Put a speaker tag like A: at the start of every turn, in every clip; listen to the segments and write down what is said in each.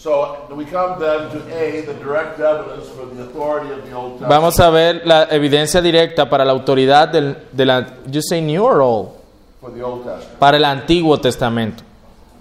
A: So we come then to A, the direct evidence for the authority of the Old Testament.
B: Vamos a ver la evidencia directa para la autoridad del, de la, you say new or old,
A: For the Old Testament.
B: para el Antiguo Testamento.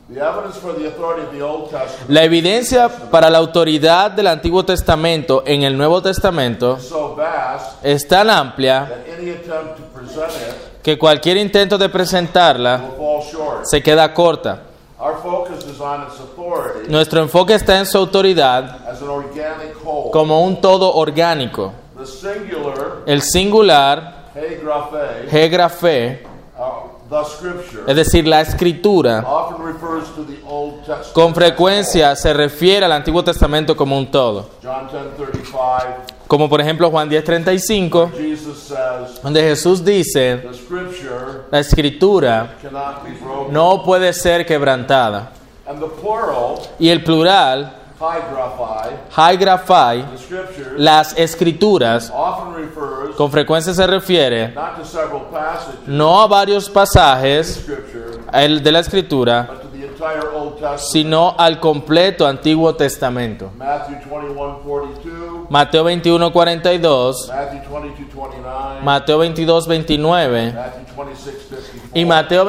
A: The evidence for the authority of the Old Testament
B: La evidencia para la autoridad del Antiguo Testamento en el Nuevo Testamento
A: is so vast
B: es tan amplia
A: that any attempt to present it
B: que cualquier intento de presentarla
A: will fall short.
B: se queda corta.
A: Our focus is on its authority
B: Nuestro enfoque está en su autoridad
A: as an organic whole.
B: como un todo orgánico.
A: The singular,
B: El singular,
A: hegraphe,
B: hegrafe,
A: uh, the scripture,
B: es decir, la escritura,
A: often refers to the Old Testament.
B: con frecuencia se refiere al Antiguo Testamento como un todo.
A: John 10:35,
B: Como por ejemplo Juan 10:35,
A: Jesus says,
B: donde Jesús dice,
A: "The scripture
B: la escritura
A: cannot be broken."
B: no puede ser quebrantada.
A: And the plural,
B: Y el plural,
A: hygraphi,
B: hygraphai,
A: the scriptures,
B: las escrituras,
A: often refers
B: con frecuencia se refiere
A: not to several passages of
B: no a varios pasajes
A: scripture,
B: el de la escritura,
A: but to the entire Old Testament.
B: sino al completo Antiguo Testamento.
A: Matthew 21:42,
B: Mateo 21:42,
A: Matthew 22:29,
B: Mateo 22:29
A: Matthew
B: y
A: 26:54.
B: Mateo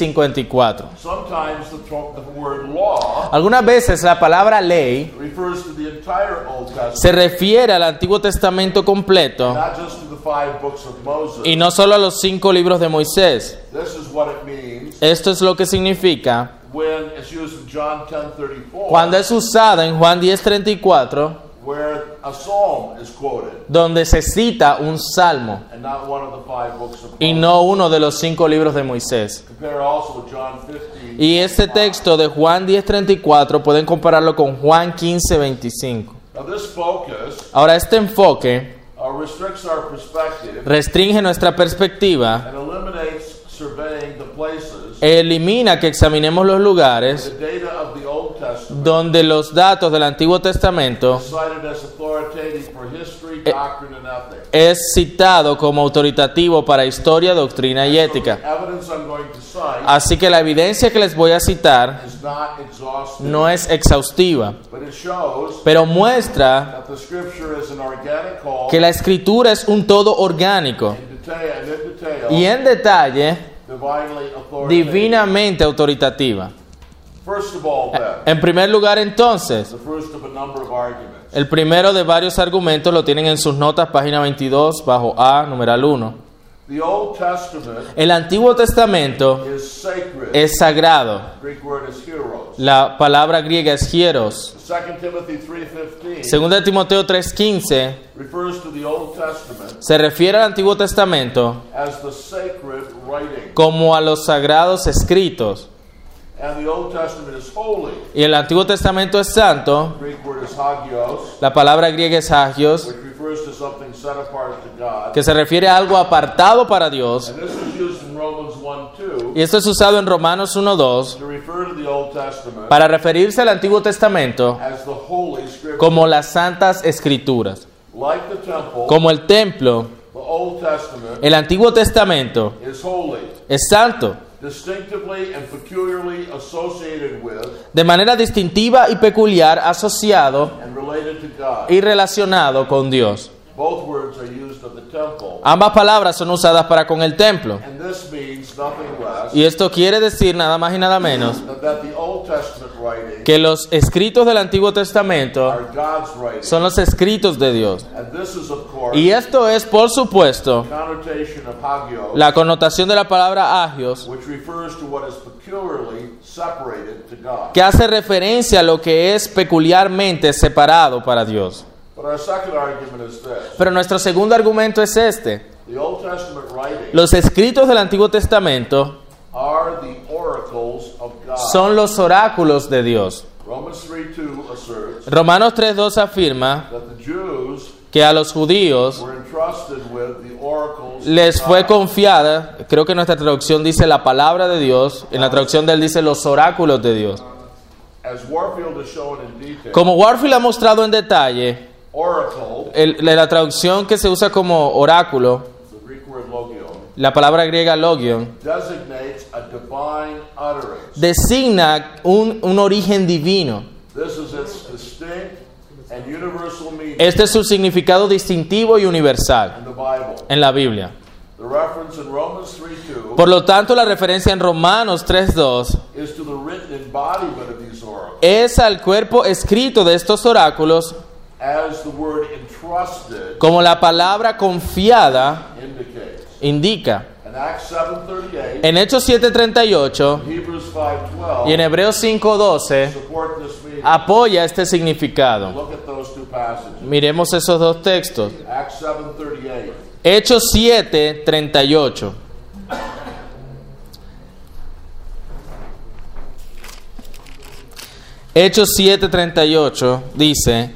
B: 26:54.
A: Sometimes the, tro- the word law
B: Algunas veces la palabra ley
A: refers to the entire Old Testament,
B: se refiere al Antiguo Testamento completo
A: not just to the five books of Moses.
B: y no solo a los cinco libros de Moisés.
A: This is what it means
B: Esto es lo que significa
A: when it's used in John 10:34,
B: cuando es usada en Juan 10:34,
A: where a psalm is quoted
B: donde se cita un salmo
A: and not one of the five books of
B: y
A: Moses.
B: no uno de los cinco libros de Moisés.
A: Compare also John 15.
B: Y este texto de Juan 10:34 pueden compararlo con Juan 15:25.
A: Now this focus
B: Ahora este enfoque
A: uh, restricts our perspective
B: restringe nuestra perspectiva,
A: and eliminates surveying the places
B: elimina que examinemos los
A: the
B: lugares
A: data of the Old Testament
B: donde los datos del Antiguo Testamento
A: is cited as authoritative for history, doctrine, and ethics.
B: es citado como autoritativo para historia, doctrina y
A: So the
B: ética.
A: evidence I'm going to cite
B: Así que la evidencia que les voy a citar
A: is not exhaustive,
B: no es exhaustiva,
A: but it shows
B: pero muestra
A: that the Scripture is an organic whole
B: que la escritura es un todo orgánico
A: in detail and in detail
B: y en detalle
A: divinely authoritative.
B: divinamente autoritativa.
A: First of all, then,
B: En primer lugar, entonces,
A: the first of a number of arguments.
B: el primero de varios argumentos lo tienen en sus notas, página 22, bajo A, numeral 1.
A: The Old Testament
B: El Antiguo Testamento
A: is sacred.
B: es sagrado.
A: The Greek word is heroes.
B: La palabra griega es hieros.
A: 2 Timothy 3:15
B: Según de Timoteo 3:15
A: refers to the Old Testament
B: se refiere al Antiguo Testamento
A: as the sacred writing,
B: como a los sagrados escritos.
A: and the Old Testament is holy.
B: Y el Antiguo Testamento es santo.
A: The Greek word is hagios,
B: La palabra griega es agios,
A: which refers to something set apart to God.
B: que se refiere a algo apartado para Dios.
A: And this is used in Romans 1:2
B: Y esto es usado en Romanos 1:2
A: to refer to the Old Testament
B: para referirse al Antiguo Testamento
A: as the holy scripture.
B: como las santas escrituras.
A: Like the temple,
B: Como el templo,
A: the Old Testament
B: el Antiguo Testamento
A: is holy,
B: es santo,
A: distinctively and peculiarly associated with
B: de manera distintiva y peculiar asociado
A: and related to God.
B: y relacionado con Dios.
A: Both words are used of the temple.
B: Ambas palabras son usadas para con el templo.
A: And this means nothing less
B: Y esto quiere decir nada más y nada menos
A: than that the Old Testament writings
B: que los escritos del Antiguo Testamento
A: are God's writings.
B: son los escritos de Dios.
A: And this is, of course,
B: Y esto es, por supuesto,
A: the connotation of hagios,
B: la connotación de la palabra agios,
A: which refers to what is peculiarly separated to God.
B: que hace referencia a lo que es peculiarmente separado para Dios.
A: But our second argument is this
B: Pero nuestro segundo argumento es este.
A: the Old Testament writings
B: Los escritos del Antiguo Testamento
A: are the oracles of God.
B: son los oráculos de Dios.
A: Romans 3 2 asserts
B: Romanos 3.2 afirma
A: that the Jews
B: que a los judíos
A: were entrusted with the oracles
B: les
A: of
B: fue
A: God.
B: confiada, creo que nuestra traducción dice la palabra de Dios, en la traducción de él dice los oráculos de Dios.
A: As Warfield is shown in detail,
B: Como Warfield ha mostrado en detalle,
A: oracle,
B: el- la la traducción que se usa como oráculo,
A: the Greek word logio,
B: la palabra griega logion,
A: designates a divine utterance
B: designa un, un origen divino
A: This is its distinct and universal meaning
B: Este es su significado distintivo y universal
A: in the Bible.
B: en la Biblia.
A: The reference in Romans 3 2
B: Por lo tanto, la referencia en Romanos 3.2
A: is to the written embodiment of these oracles,
B: es al cuerpo escrito de estos oráculos
A: as the word entrusted
B: como la palabra confiada
A: indicates.
B: indica.
A: In Acts seven thirty eight,
B: En Hechos 7.38
A: Hebrews
B: y en
A: 5.12
B: Hebreos 5.12
A: support this meaning.
B: apoya este significado.
A: Look at those two passages.
B: Miremos esos dos textos.
A: Acts 7.38.
B: Hechos 7, 38. Hechos 7, 38 dice,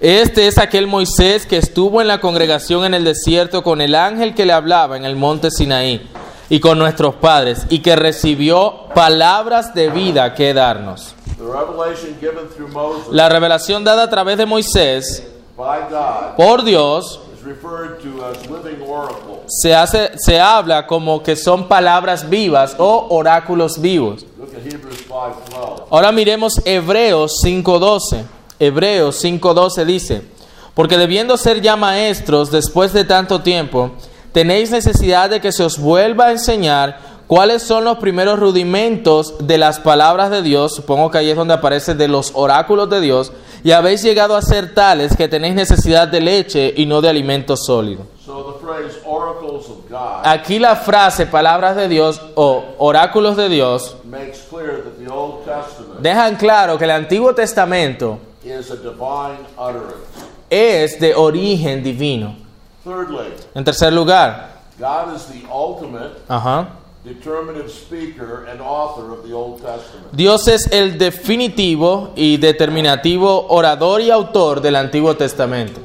B: este es aquel Moisés que estuvo en la congregación en el desierto con el ángel que le hablaba en el monte Sinaí y con nuestros padres y que recibió palabras de vida que darnos.
A: The revelation given through Moses
B: La revelación dada a través de Moisés
A: by God
B: por Dios
A: is referred to as living oracles.
B: se, hace, se habla como que son palabras vivas o oráculos vivos.
A: Look at Hebrews 5.12.
B: Ahora miremos Hebreos 5.12. Hebreos 5.12 dice, porque debiendo ser ya maestros después de tanto tiempo, tenéis necesidad de que se os vuelva a enseñar cuáles son los primeros rudimentos de las palabras de Dios, supongo que ahí es donde aparece de los oráculos de Dios, y habéis llegado a ser tales que tenéis necesidad de leche y no de alimento sólido.
A: So the phrase oracles of God
B: Aquí la frase palabras de Dios o oráculos de Dios
A: makes clear that the Old Testament
B: dejan claro que el Antiguo Testamento
A: is a divine utterance.
B: es de origen divino.
A: Thirdly,
B: En tercer lugar,
A: God is the ultimate
B: ajá,
A: determinative speaker and author of the Old Testament.
B: Dios es el definitivo y determinativo orador y autor del Antiguo Testamento.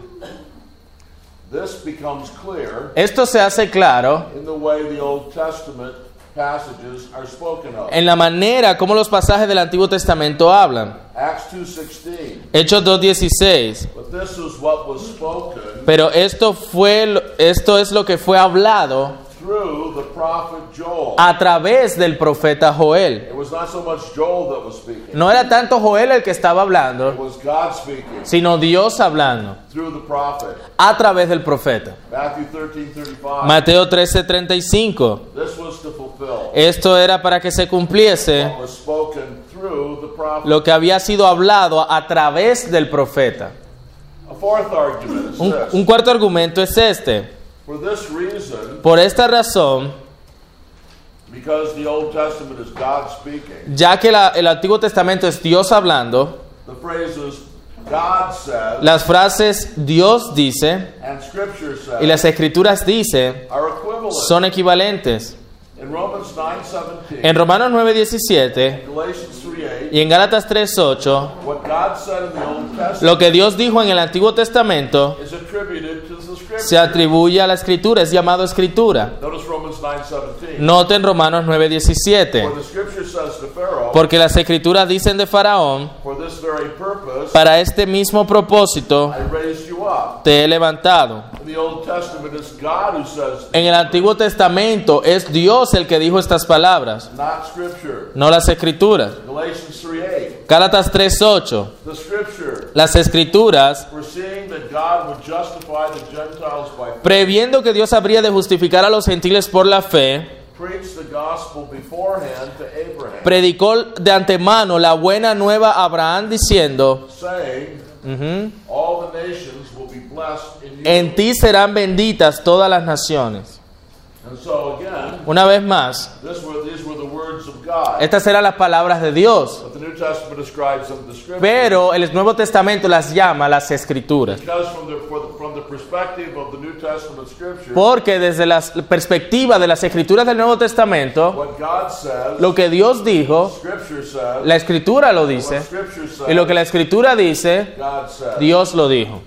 A: This becomes clear
B: Esto se hace claro
A: in the way the Old Testament passages are spoken of.
B: en la manera como los pasajes del Antiguo Testamento hablan.
A: Acts 2:16.
B: Hechos 2.16.
A: But this is what was spoken
B: Pero esto, fue, lo- esto es lo que fue hablado
A: through the prophet Joel.
B: a través del profeta Joel.
A: It was not so much Joel that was speaking.
B: No era tanto Joel el que estaba
A: It
B: hablando,
A: was God speaking
B: sino Dios hablando
A: through the prophet.
B: a través del profeta.
A: Matthew 13:35.
B: Mateo 13:35.
A: this was to fulfill
B: Esto era para que se cumpliese
A: what was spoken through the prophet.
B: lo que había sido hablado a través del profeta.
A: A fourth argument is
B: Un,
A: this.
B: un cuarto argumento es este.
A: For this reason,
B: Por esta razón,
A: because the Old Testament is God speaking,
B: ya que la- el Antiguo Testamento es Dios hablando,
A: the phrases God says
B: las frases Dios dice
A: and Scripture
B: y
A: says
B: las escrituras dice
A: are equivalent.
B: son equivalentes.
A: In Romans 9:17,
B: En Romanos 9:17
A: Galatians 3:8,
B: Y en Gálatas 3:8,
A: what God said in the Old Testament
B: lo que Dios dijo en el Antiguo Testamento
A: is attributed to the
B: se
A: Scripture.
B: atribuye a la Escritura, es llamado Escritura.
A: Notice Romans 9:17.
B: Noten Romanos
A: For
B: 9:17,
A: the Scripture says to Pharaoh,
B: porque las Escrituras dicen de Faraón,
A: for this very purpose
B: para este mismo propósito
A: I raised you up.
B: te he levantado.
A: In the Old Testament, it's God who says,
B: En el Antiguo Testamento es Dios el que dijo estas palabras,
A: not Scripture.
B: no las Escrituras.
A: Galatians 3:8.
B: Gálatas 3:8,
A: The Scripture,
B: las Escrituras,
A: foreseeing that God would justify the Gentiles by faith,
B: previendo que Dios habría de justificar a los gentiles por la fe,
A: preached the gospel beforehand to Abraham,
B: predicó de antemano la buena nueva a Abraham diciendo,
A: saying,
B: ujú,
A: All the nations will be blessed in you.
B: en ti serán benditas todas las naciones.
A: and so again,
B: Una vez más,
A: this were, these were the words of God.
B: estas eran las palabras de Dios,
A: But the New Testament describes them the Scripture.
B: pero el Nuevo Testamento las llama las escrituras,
A: because from the, for the, from the perspective of the New Testament Scripture,
B: porque desde la perspectiva de las escrituras del Nuevo Testamento,
A: what God says,
B: lo que Dios dijo,
A: Scripture says,
B: la escritura lo
A: what
B: dice,
A: Scripture says,
B: y lo que la escritura dice,
A: God says.
B: Dios lo dijo.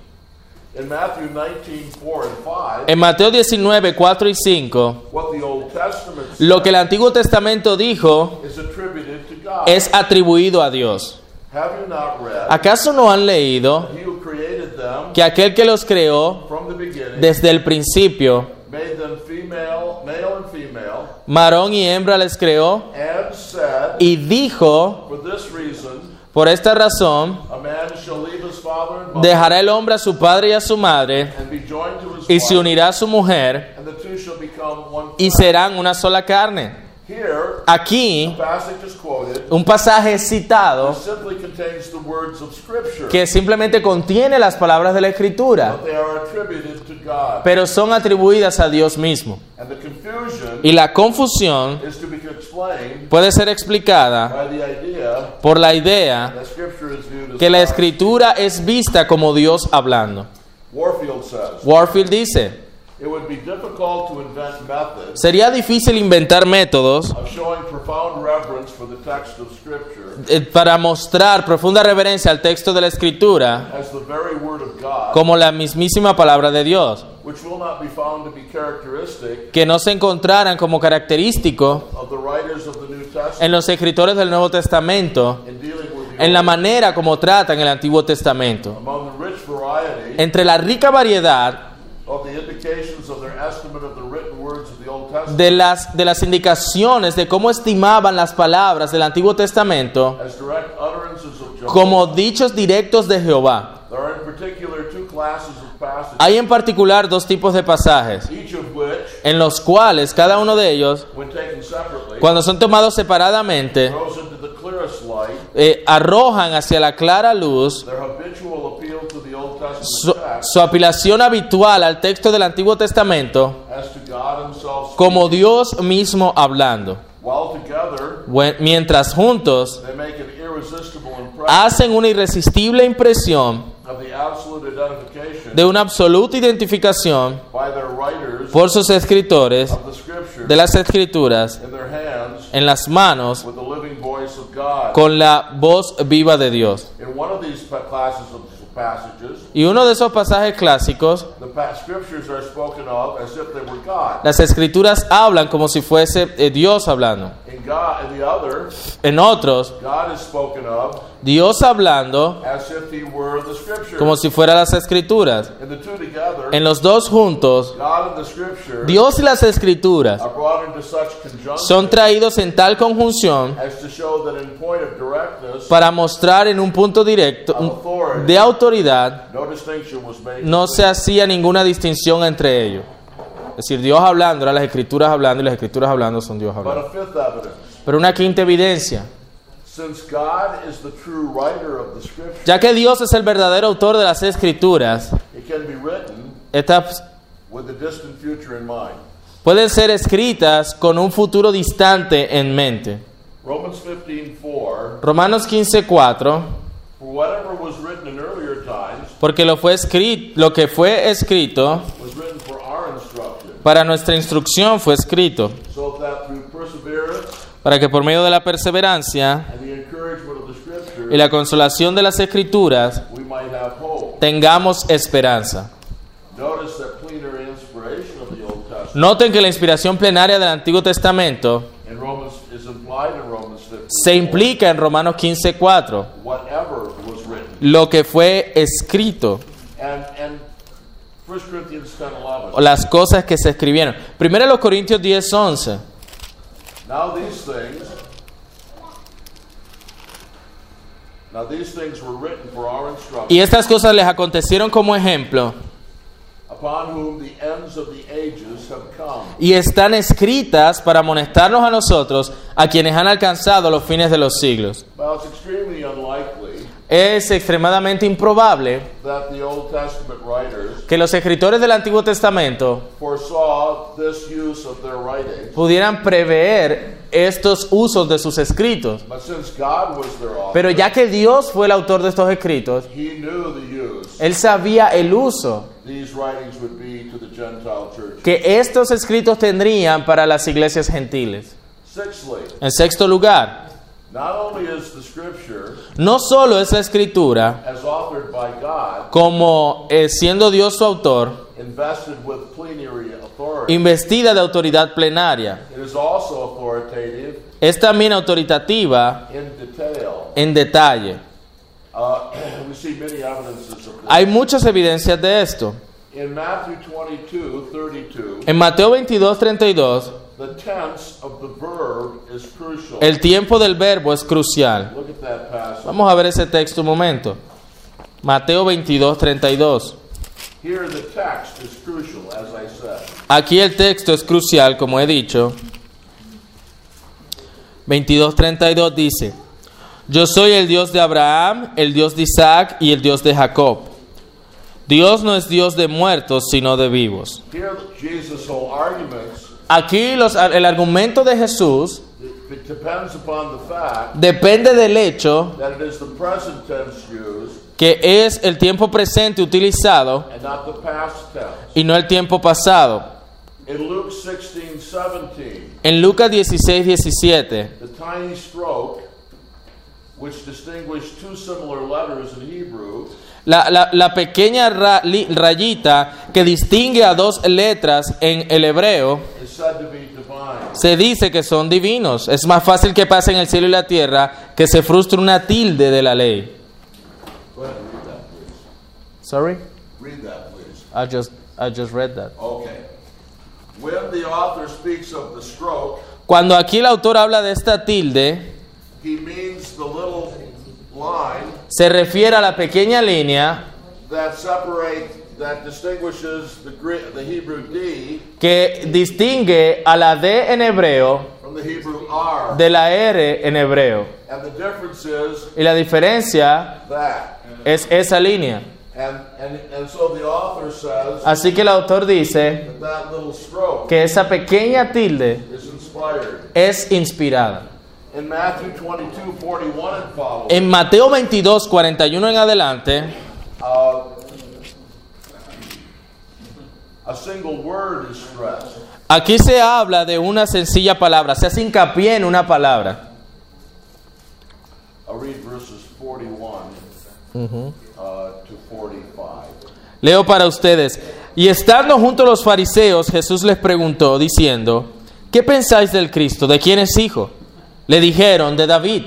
A: in Matthew 19, 4 and 5,
B: En Mateo 19, 4 y 5,
A: what the Old Testament says
B: lo que el Antiguo Testamento dijo,
A: is attributed to God.
B: es atribuido a Dios.
A: Have you not read?
B: ¿Acaso no han leído
A: he who created them
B: que aquel que los creó
A: from the beginning
B: desde el principio,
A: made them female, male and female,
B: varón y hembra les creó,
A: and said,
B: y dijo,
A: For this reason,
B: Por esta razón,
A: A man shall leave his father and mother
B: dejará el hombre a su padre y a su madre,
A: and be joined to his
B: y se
A: wife,
B: unirá a su mujer,
A: and the two shall become one.
B: y
A: flesh.
B: serán una sola carne.
A: Here,
B: Aquí,
A: the passage is quoted.
B: un pasaje citado
A: Simply contains the words of Scripture,
B: que simplemente contiene las palabras de la Escritura,
A: but they are attributed to God.
B: pero son atribuidas a Dios mismo.
A: And the confusion
B: Y la confusión
A: is to be explained
B: puede ser explicada
A: by the idea
B: por la idea
A: that Scripture is viewed as
B: que la
A: God.
B: Escritura es vista como Dios hablando.
A: Warfield says
B: Warfield dice,
A: it would be difficult to invent methods
B: sería difícil inventar métodos
A: of showing profound reverence for the text of Scripture
B: eh, para mostrar profunda reverencia al texto de la Escritura
A: as the very Word of God,
B: como la mismísima palabra de Dios,
A: which will not be found to be characteristic
B: que no se encontraran como característico
A: of the writers of the New
B: en
A: Testament
B: los escritores del Nuevo Testamento,
A: in dealing with the
B: en la
A: old.
B: manera como tratan el Antiguo Testamento.
A: among the rich variety
B: Entre la rica variedad
A: of the indications of their estimate of the written words of the Old Testament
B: de las, de las indicaciones de cómo estimaban las palabras del Antiguo Testamento
A: as direct utterances of Jehovah,
B: como dichos directos de Jehová.
A: there are in particular two classes of passages,
B: Hay en particular dos tipos de pasajes,
A: each of which,
B: en los cuales cada uno de ellos,
A: when taken separately,
B: cuando son tomados separadamente,
A: throws into the clearest light
B: eh, arrojan hacia la clara luz
A: their habitual appeal to the Old Testament
B: su,
A: text
B: su apilación habitual al texto del Antiguo Testamento
A: as to God Himself, speaking,
B: como Dios mismo hablando,
A: while together
B: Bue- mientras juntos
A: they make an irresistible impression
B: hacen una irresistible impresión
A: of the absolute identification
B: de una absoluta identificación
A: by their writers
B: por sus escritores
A: of the Scripture
B: de las escrituras
A: in their hands
B: en las manos
A: with the living voice of God.
B: con la voz viva de Dios.
A: In one of these pa- classes of passages,
B: Y uno de esos pasajes clásicos,
A: the pa- scriptures are spoken of as if they were God.
B: las escrituras hablan como si fuese eh, Dios hablando.
A: In God, in the other,
B: En otros,
A: God is spoken of
B: Dios hablando
A: as if He were the Scripture.
B: como si fueran las escrituras.
A: In the two together,
B: En los dos juntos,
A: God and the Scripture
B: Dios y las escrituras
A: are brought into such conjunction
B: son traídos en tal conjunción
A: as to show that in point of directness
B: para mostrar en un punto directo
A: of authority,
B: de autoridad,
A: no distinction was made.
B: no se hacía ninguna distinción entre ellos. Es decir, Dios hablando, eran las escrituras hablando y las escrituras hablando son Dios
A: But
B: hablando.
A: a fifth evidence,
B: Pero una quinta evidencia,
A: since God is the true writer of the Scripture,
B: ya que Dios es el verdadero autor de las escrituras,
A: it can be written
B: estas
A: with the distant future in mind.
B: pueden ser escritas con un futuro distante en mente.
A: Romans 15:4
B: Romanos 15:4
A: For whatever was written in earlier times
B: Porque lo, fue escrit- lo que fue escrito
A: was written for our instruction,
B: para nuestra instrucción fue escrito,
A: so that through perseverance
B: para que por medio de la perseverancia
A: and the encouragement of the
B: y
A: Scriptures
B: la consolación de las escrituras
A: we might have hope.
B: tengamos esperanza.
A: Notice that plenary inspiration of the Old Testament
B: Noten que la inspiración plenaria del Antiguo Testamento
A: in Romans is implied in Romans 15.
B: se implica en Romanos 15:4,
A: Whatever was written,
B: lo que fue escrito,
A: and and 1 Corinthians 10:11.
B: o las cosas que se escribieron. Primero los Corintios 10:11.
A: Now these things. Now these things were written for our instruction,
B: Y estas cosas les acontecieron como ejemplo
A: upon whom the ends of the ages have come.
B: y están escritas para amonestarnos a nosotros, a quienes han alcanzado los fines de los siglos.
A: Well, it's extremely unlikely
B: Es extremadamente improbable
A: that the Old Testament writers
B: que los escritores del Antiguo Testamento
A: foresaw this use of their writings,
B: pudieran prever estos usos de sus escritos.
A: but since God was their author,
B: Pero ya que Dios fue el autor de estos escritos,
A: He knew the use
B: Él sabía el uso
A: these writings would be to the Gentile church.
B: que estos escritos tendrían para las iglesias gentiles.
A: Sixthly,
B: En sexto lugar,
A: not only is the Scripture,
B: no solo es la escritura
A: as authored by God,
B: como eh, siendo Dios su autor,
A: invested with plenary authority,
B: investida de autoridad plenaria,
A: it is also authoritative
B: es también autoritativa
A: in detail.
B: en detalle.
A: Uh, we see many evidences of this.
B: Hay muchas evidencias de esto.
A: In Matthew 22, 32,
B: En Mateo 22, 32,
A: The tense of the verb is crucial.
B: El tiempo del verbo es crucial.
A: Look at that passage.
B: Vamos a ver ese texto un momento. Mateo 22, 32.
A: Here, the text is crucial, as I said.
B: Aquí el texto es crucial, como he dicho. 22.32 dice, Yo soy el Dios de Abraham, el Dios de Isaac y el Dios de Jacob. Dios no es Dios de muertos, sino de vivos.
A: Here, Jesus' whole arguments
B: Aquí los- el argumento de Jesús
A: it it depends upon the fact
B: depende del hecho
A: that it is the present tense used
B: que es el tiempo presente utilizado
A: and not the past tense.
B: y no el tiempo pasado.
A: In Luke 16, 17,
B: En Lucas 16, 17,
A: the tiny stroke, which distinguished two similar letters in Hebrew,
B: la, la- la pequeña ra- li- rayita que distingue a dos letras en el hebreo
A: is said to be divine.
B: se dice que son divinos. Es más fácil que pasen el cielo y la tierra que se frustre una tilde de la ley.
A: Go ahead, read that, please.
B: Sorry,
A: Read that, please.
B: I just, I just read that.
A: Okay. When the author speaks of the stroke,
B: Cuando aquí el autor habla de esta tilde,
A: he means the little line
B: se refiere a la pequeña línea
A: that separate that distinguishes the Gre- the Hebrew D
B: que distingue a la D en hebreo
A: from the Hebrew R,
B: de la R en hebreo.
A: and the difference is
B: Y la diferencia
A: that.
B: es esa línea.
A: And and and so the author says
B: Así que el autor dice
A: that that little stroke
B: que esa pequeña tilde
A: is inspired.
B: es inspirada.
A: In Matthew 22, 41 and following,
B: En Mateo 22, 41 en adelante,
A: uh, a single word is stressed.
B: Aquí se habla de una sencilla palabra, se hace hincapié en una palabra.
A: I'll read verses 41 uh, to 45.
B: Leo para ustedes. Y estando junto a los fariseos, Jesús les preguntó, diciendo, ¿qué pensáis del Cristo? ¿De quién es hijo? Le dijeron, de David.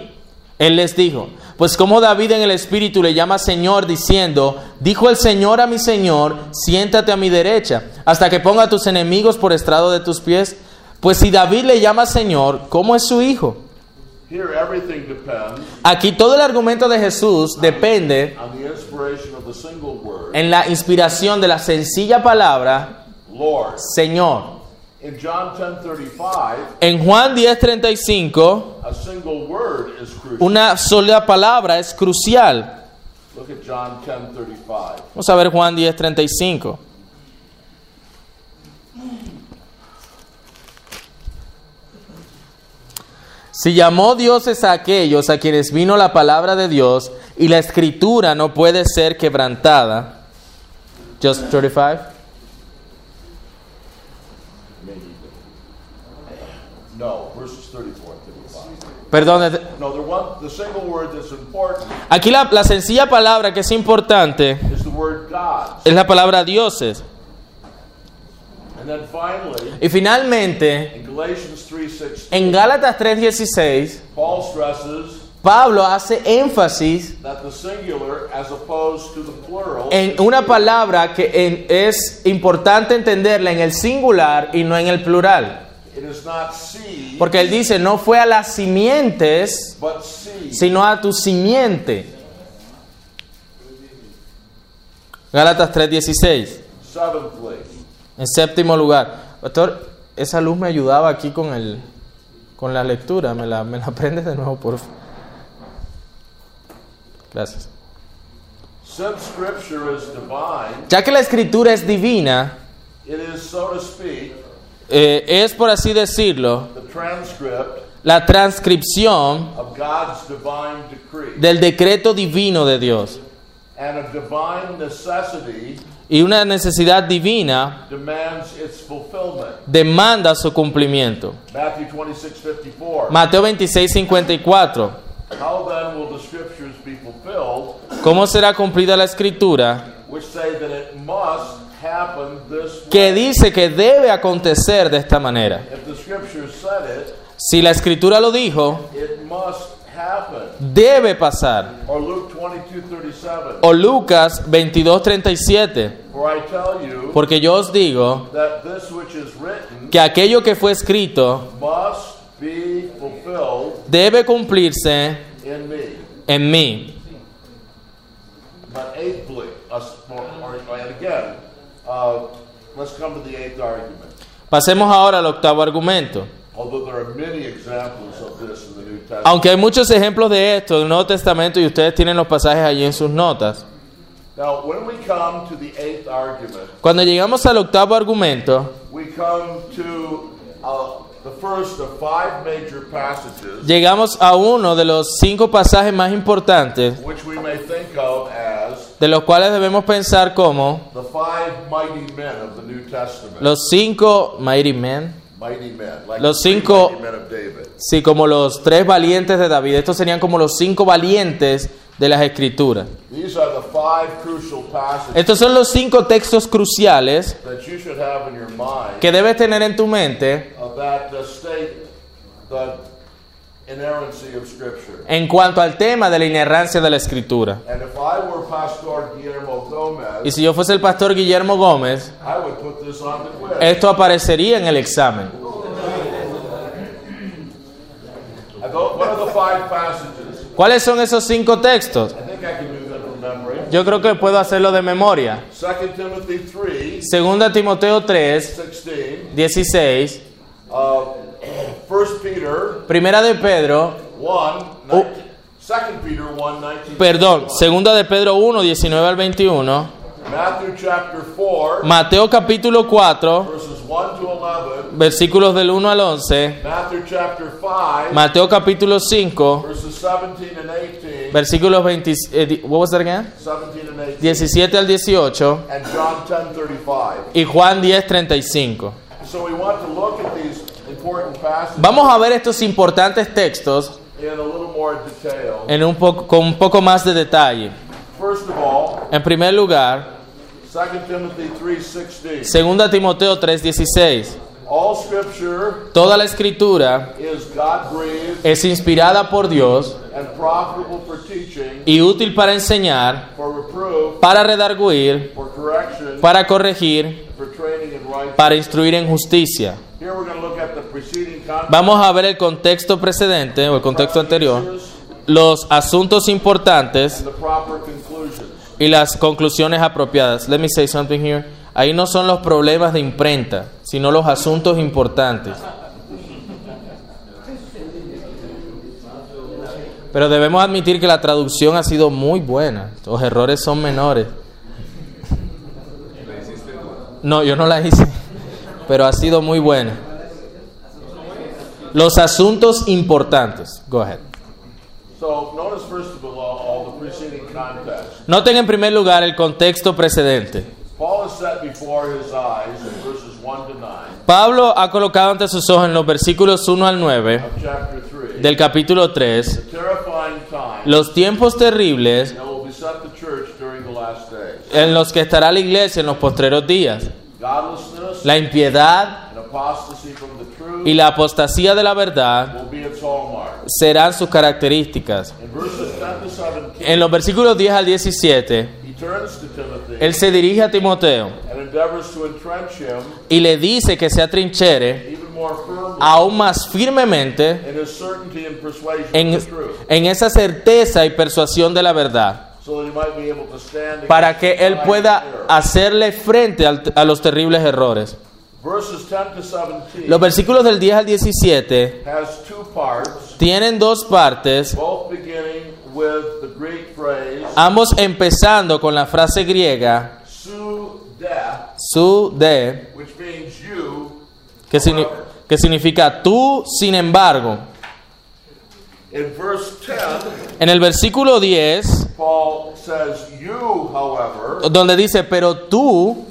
B: Él les dijo, pues como David en el Espíritu le llama Señor, diciendo, dijo el Señor a mi Señor, siéntate a mi derecha, hasta que ponga a tus enemigos por estrado de tus pies. Pues si David le llama Señor, ¿cómo es su hijo?
A: Here, everything depends
B: Aquí todo el argumento de Jesús depende
A: on the inspiration of the single word,
B: en la inspiración de la sencilla palabra
A: Lord.
B: Señor.
A: In John 10:35,
B: En Juan 10:35,
A: a single word is crucial.
B: una sola palabra es crucial.
A: Look at John 10:35.
B: Vamos a ver Juan 10:35. Si llamó dioses a aquellos a quienes vino la palabra de Dios y la escritura no puede ser quebrantada. Just 35.
A: Maybe. No, verses 34 35.
B: Perdón,
A: No, the one, the single word that's important
B: Aquí la, la sencilla palabra que es importante
A: is the word God.
B: es la palabra dioses.
A: And then finally,
B: Y finalmente,
A: in Galatians 3:16,
B: en Gálatas 3:16,
A: Paul stresses
B: Pablo hace énfasis
A: that the singular as opposed to the plural
B: en una palabra que en- es importante entenderla en el singular y no en el plural.
A: it is not seed
B: Porque él dice, no fue a las simientes,
A: but seed
B: sino a tu simiente. Gálatas 3:16,
A: seventhly
B: en séptimo lugar. Pastor, esa luz me ayudaba aquí con el... Con la lectura, me la, me la aprendes de nuevo, por favor. Gracias.
A: since scripture is divine
B: Ya que la escritura es divina,
A: it is so to speak
B: eh, es por así decirlo,
A: the transcript
B: la transcripción
A: of god's divine decree
B: del decreto divino de Dios.
A: and a divine necessity
B: Y una necesidad divina
A: demands its fulfillment
B: demanda su cumplimiento.
A: matthew 26 54
B: Mateo 26, 54.
A: how then will the scriptures be fulfilled
B: ¿Cómo será cumplida la escritura?
A: which say that it must happen this way
B: Que dice que debe acontecer de esta manera.
A: if the scripture said it
B: Si la escritura lo dijo,
A: it must happen
B: debe pasar.
A: Or Luke 22 37.
B: O Lucas 22:37,
A: For I tell you
B: porque yo os digo
A: that this which is written
B: que aquello que fue escrito
A: must be fulfilled
B: debe cumplirse
A: in me.
B: en mí.
A: But eighthly, us, or, or, and again, uh, let's come to the eighth argument.
B: Pasemos ahora al octavo argumento.
A: Although there are many examples of this in the New Testament.
B: Aunque hay muchos ejemplos de esto en el Nuevo Testamento y ustedes tienen los pasajes allí en sus notas.
A: Now, when we come to the eighth argument,
B: Cuando llegamos al octavo argumento,
A: we come to uh, the first of five major passages,
B: llegamos a uno de los cinco pasajes más importantes,
A: which we may think of as
B: de los cuales debemos pensar como
A: the five mighty men of the New Testament.
B: los cinco mighty men,
A: mighty men, like
B: Los
A: the three
B: cinco-
A: mighty men of David.
B: sí, como los tres valientes de David. Estos serían como los cinco valientes de las Escrituras.
A: These are the five crucial passages
B: Estos son los cinco textos cruciales
A: that you should have in your mind
B: que debes tener en tu mente
A: uh, that uh, state the inerrancy of Scripture.
B: en cuanto al tema de la inerrancia de la Escritura.
A: And if I were Pastor Guillermo
B: Y
A: Gomez,
B: si yo fuese el pastor Guillermo Gómez,
A: I would put this on the quiz.
B: esto aparecería en el examen.
A: I go- What are the five passages?
B: ¿Cuáles son esos cinco textos?
A: I think I can do that from memory.
B: Yo creo que puedo hacerlo de memoria.
A: 2 Timothy 3,
B: 2 Timoteo 3,
A: 16.
B: 16.
A: Uh, 1 Peter
B: Primera de Pedro,
A: 1, 19, 2 Peter 1, 19.
B: Oh. perdón, segunda de Pedro 1, 19 al 21.
A: Matthew chapter 4,
B: Mateo capítulo 4,
A: verses 1 to 11.
B: versículos del 1 al 11.
A: Matthew chapter 5,
B: Mateo capítulo 5,
A: verses 17 and 18.
B: versículos 20, eh, di- what was that again?
A: 17 and 18.
B: 17 al 18.
A: And John 10, 35.
B: Y Juan 10, 35.
A: So we want to look at these important passages
B: Vamos a ver estos importantes textos
A: in a little more detail.
B: en un poco, con un poco más de detalle.
A: First of all,
B: En primer lugar,
A: 2 Timothy 3:16.
B: 2 Timoteo 3:16.
A: All scripture
B: Toda la escritura
A: is God-breathed
B: es inspirada por Dios
A: and profitable for teaching,
B: y útil para enseñar,
A: for reproof,
B: para redarguir,
A: for correction,
B: para corregir,
A: for training in righteousness.
B: para instruir en justicia.
A: Here we're going to look at the preceding context.
B: Vamos a ver el contexto precedente o el contexto anterior,
A: and
B: los asuntos importantes
A: the proper conclusions.
B: y las conclusiones apropiadas. Let me say something here. Ahí no son los problemas de imprenta, sino los asuntos importantes. Pero debemos admitir que la traducción ha sido muy buena. Los errores son menores. No, yo no la hice, pero ha sido muy buena. Los asuntos importantes. Go ahead.
A: So notice first of all all the preceding context.
B: Noten en primer lugar el contexto precedente.
A: Paul has set before his eyes in verses 1 to 9
B: Pablo ha colocado ante sus ojos en los versículos 1 al 9
A: of chapter 3
B: del capítulo 3
A: terrifying time
B: los tiempos terribles
A: that will beset the church during the last days.
B: en los que estará la iglesia en los postreros días,
A: Godlessness
B: la impiedad
A: and apostasy from the truth
B: y la apostasía de la verdad
A: will be its hallmark.
B: serán sus características.
A: In verses 10 to 17,
B: En los versículos 10 al 17,
A: he turns to Timothy
B: él se dirige a Timoteo
A: and endeavors to entrench him
B: y le dice que se atrinchere
A: even more firmly
B: aún más firmemente
A: in his certainty and persuasion
B: en,
A: of the truth,
B: en esa certeza y persuasión de la verdad.
A: so that he might be able to stand
B: para
A: against
B: que
A: the
B: él
A: tide of
B: pueda
A: error.
B: hacerle frente al- a los terribles errores.
A: Verses 10 to 17
B: Los versículos del 10 al 17
A: has two parts,
B: tienen dos partes,
A: both beginning with the Greek phrase
B: ambos empezando con la frase griega
A: "su death,"
B: su de,
A: which means you.
B: que, signi- que significa tú, sin embargo.
A: In verse 10,
B: En el versículo 10,
A: Paul says, "You, however,"
B: donde dice, pero tú,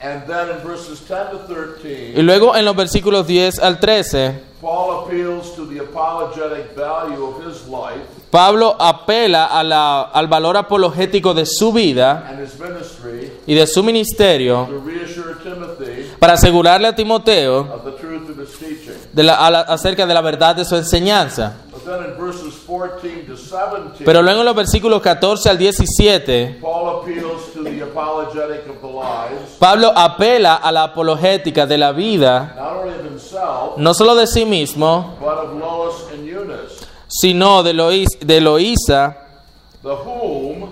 A: And then in verses 10 to
B: y
A: 13,
B: luego en los versículos 10 al 13,
A: Paul appeals to the apologetic value of his life
B: Pablo apela a la- al valor apologético de su vida
A: and his ministry
B: y de su ministerio
A: to reassure Timothy
B: para asegurarle a Timoteo
A: of the truth of his teaching.
B: de la- a la- acerca de la verdad de su enseñanza.
A: But then in verses 14 to 17,
B: Pero luego en los versículos 14 al 17,
A: Paul appeals to the apologetic of the lies,
B: Pablo apela a la apologética de la vida,
A: not only of himself,
B: no solo de sí mismo,
A: but of Lois and Eunice,
B: sino de, Lois, de Loíza,
A: the whom,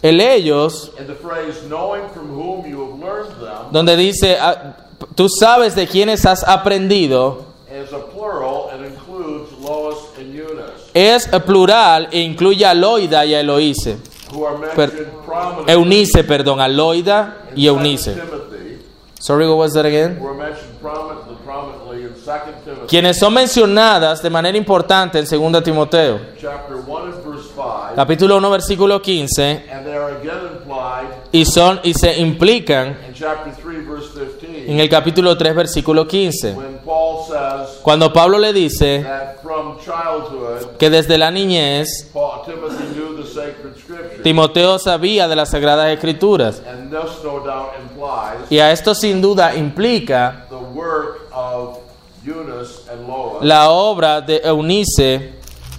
B: el ellos,
A: in the phrase knowing from whom you have learned them,
B: donde dice, ah, tú sabes de quienes has aprendido,
A: is a plural and includes Lois and Eunice,
B: es plural e incluye a Loida y a Eloíse.
A: who are mentioned prominently
B: Eunice, perdón, a Loida
A: in 2
B: y Eunice.
A: Timothy,
B: Sorry, what was that again?
A: who are mentioned prominently, prominently in 2 Timothy
B: quienes son mencionadas de manera importante en 2 Timoteo,
A: chapter 1 and verse 5,
B: capítulo 1, versículo 15,
A: and they are again implied
B: y son y se implican
A: in chapter 3 verse 15.
B: en el capítulo 3, versículo 15.
A: when Paul says
B: Cuando Pablo le dice
A: that from childhood,
B: que desde la niñez
A: Paul, Timothy knew the sacred scripture,
B: Timoteo sabía de las sagradas escrituras,
A: and this no doubt implies
B: y a esto sin duda implica
A: the work of Eunice and Lois
B: la obra de Eunice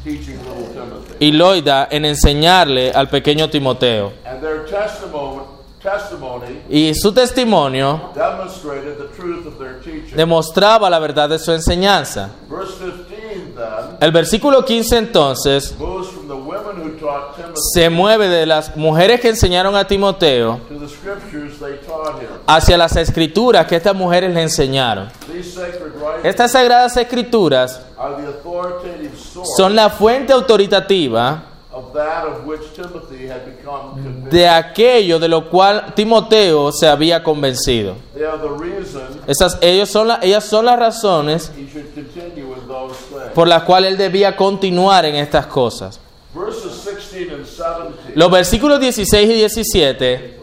A: teaching little Timothy.
B: y Loida en enseñarle al pequeño Timoteo.
A: And their testimony, testimony
B: Y su testimonio
A: demonstrated the truth of their teaching.
B: demostraba la verdad de su enseñanza.
A: Verse 15 then
B: El versículo 15 entonces
A: moves from the women who taught Timothy
B: se mueve de las mujeres que enseñaron a Timoteo
A: to the scriptures they taught him.
B: hacia las escrituras que estas mujeres le enseñaron.
A: These sacred writings
B: Estas sagradas escrituras
A: are the authoritative source
B: son la fuente autoritativa
A: of that of which Timothy had become convinced.
B: de aquello de lo cual Timoteo se había convencido.
A: They are the reason
B: Esas, ellos son la- ellas son las razones
A: he should continue in those things.
B: por las cuales él debía continuar en estas cosas.
A: Verses 16 and 17
B: Los versículos 16 y 17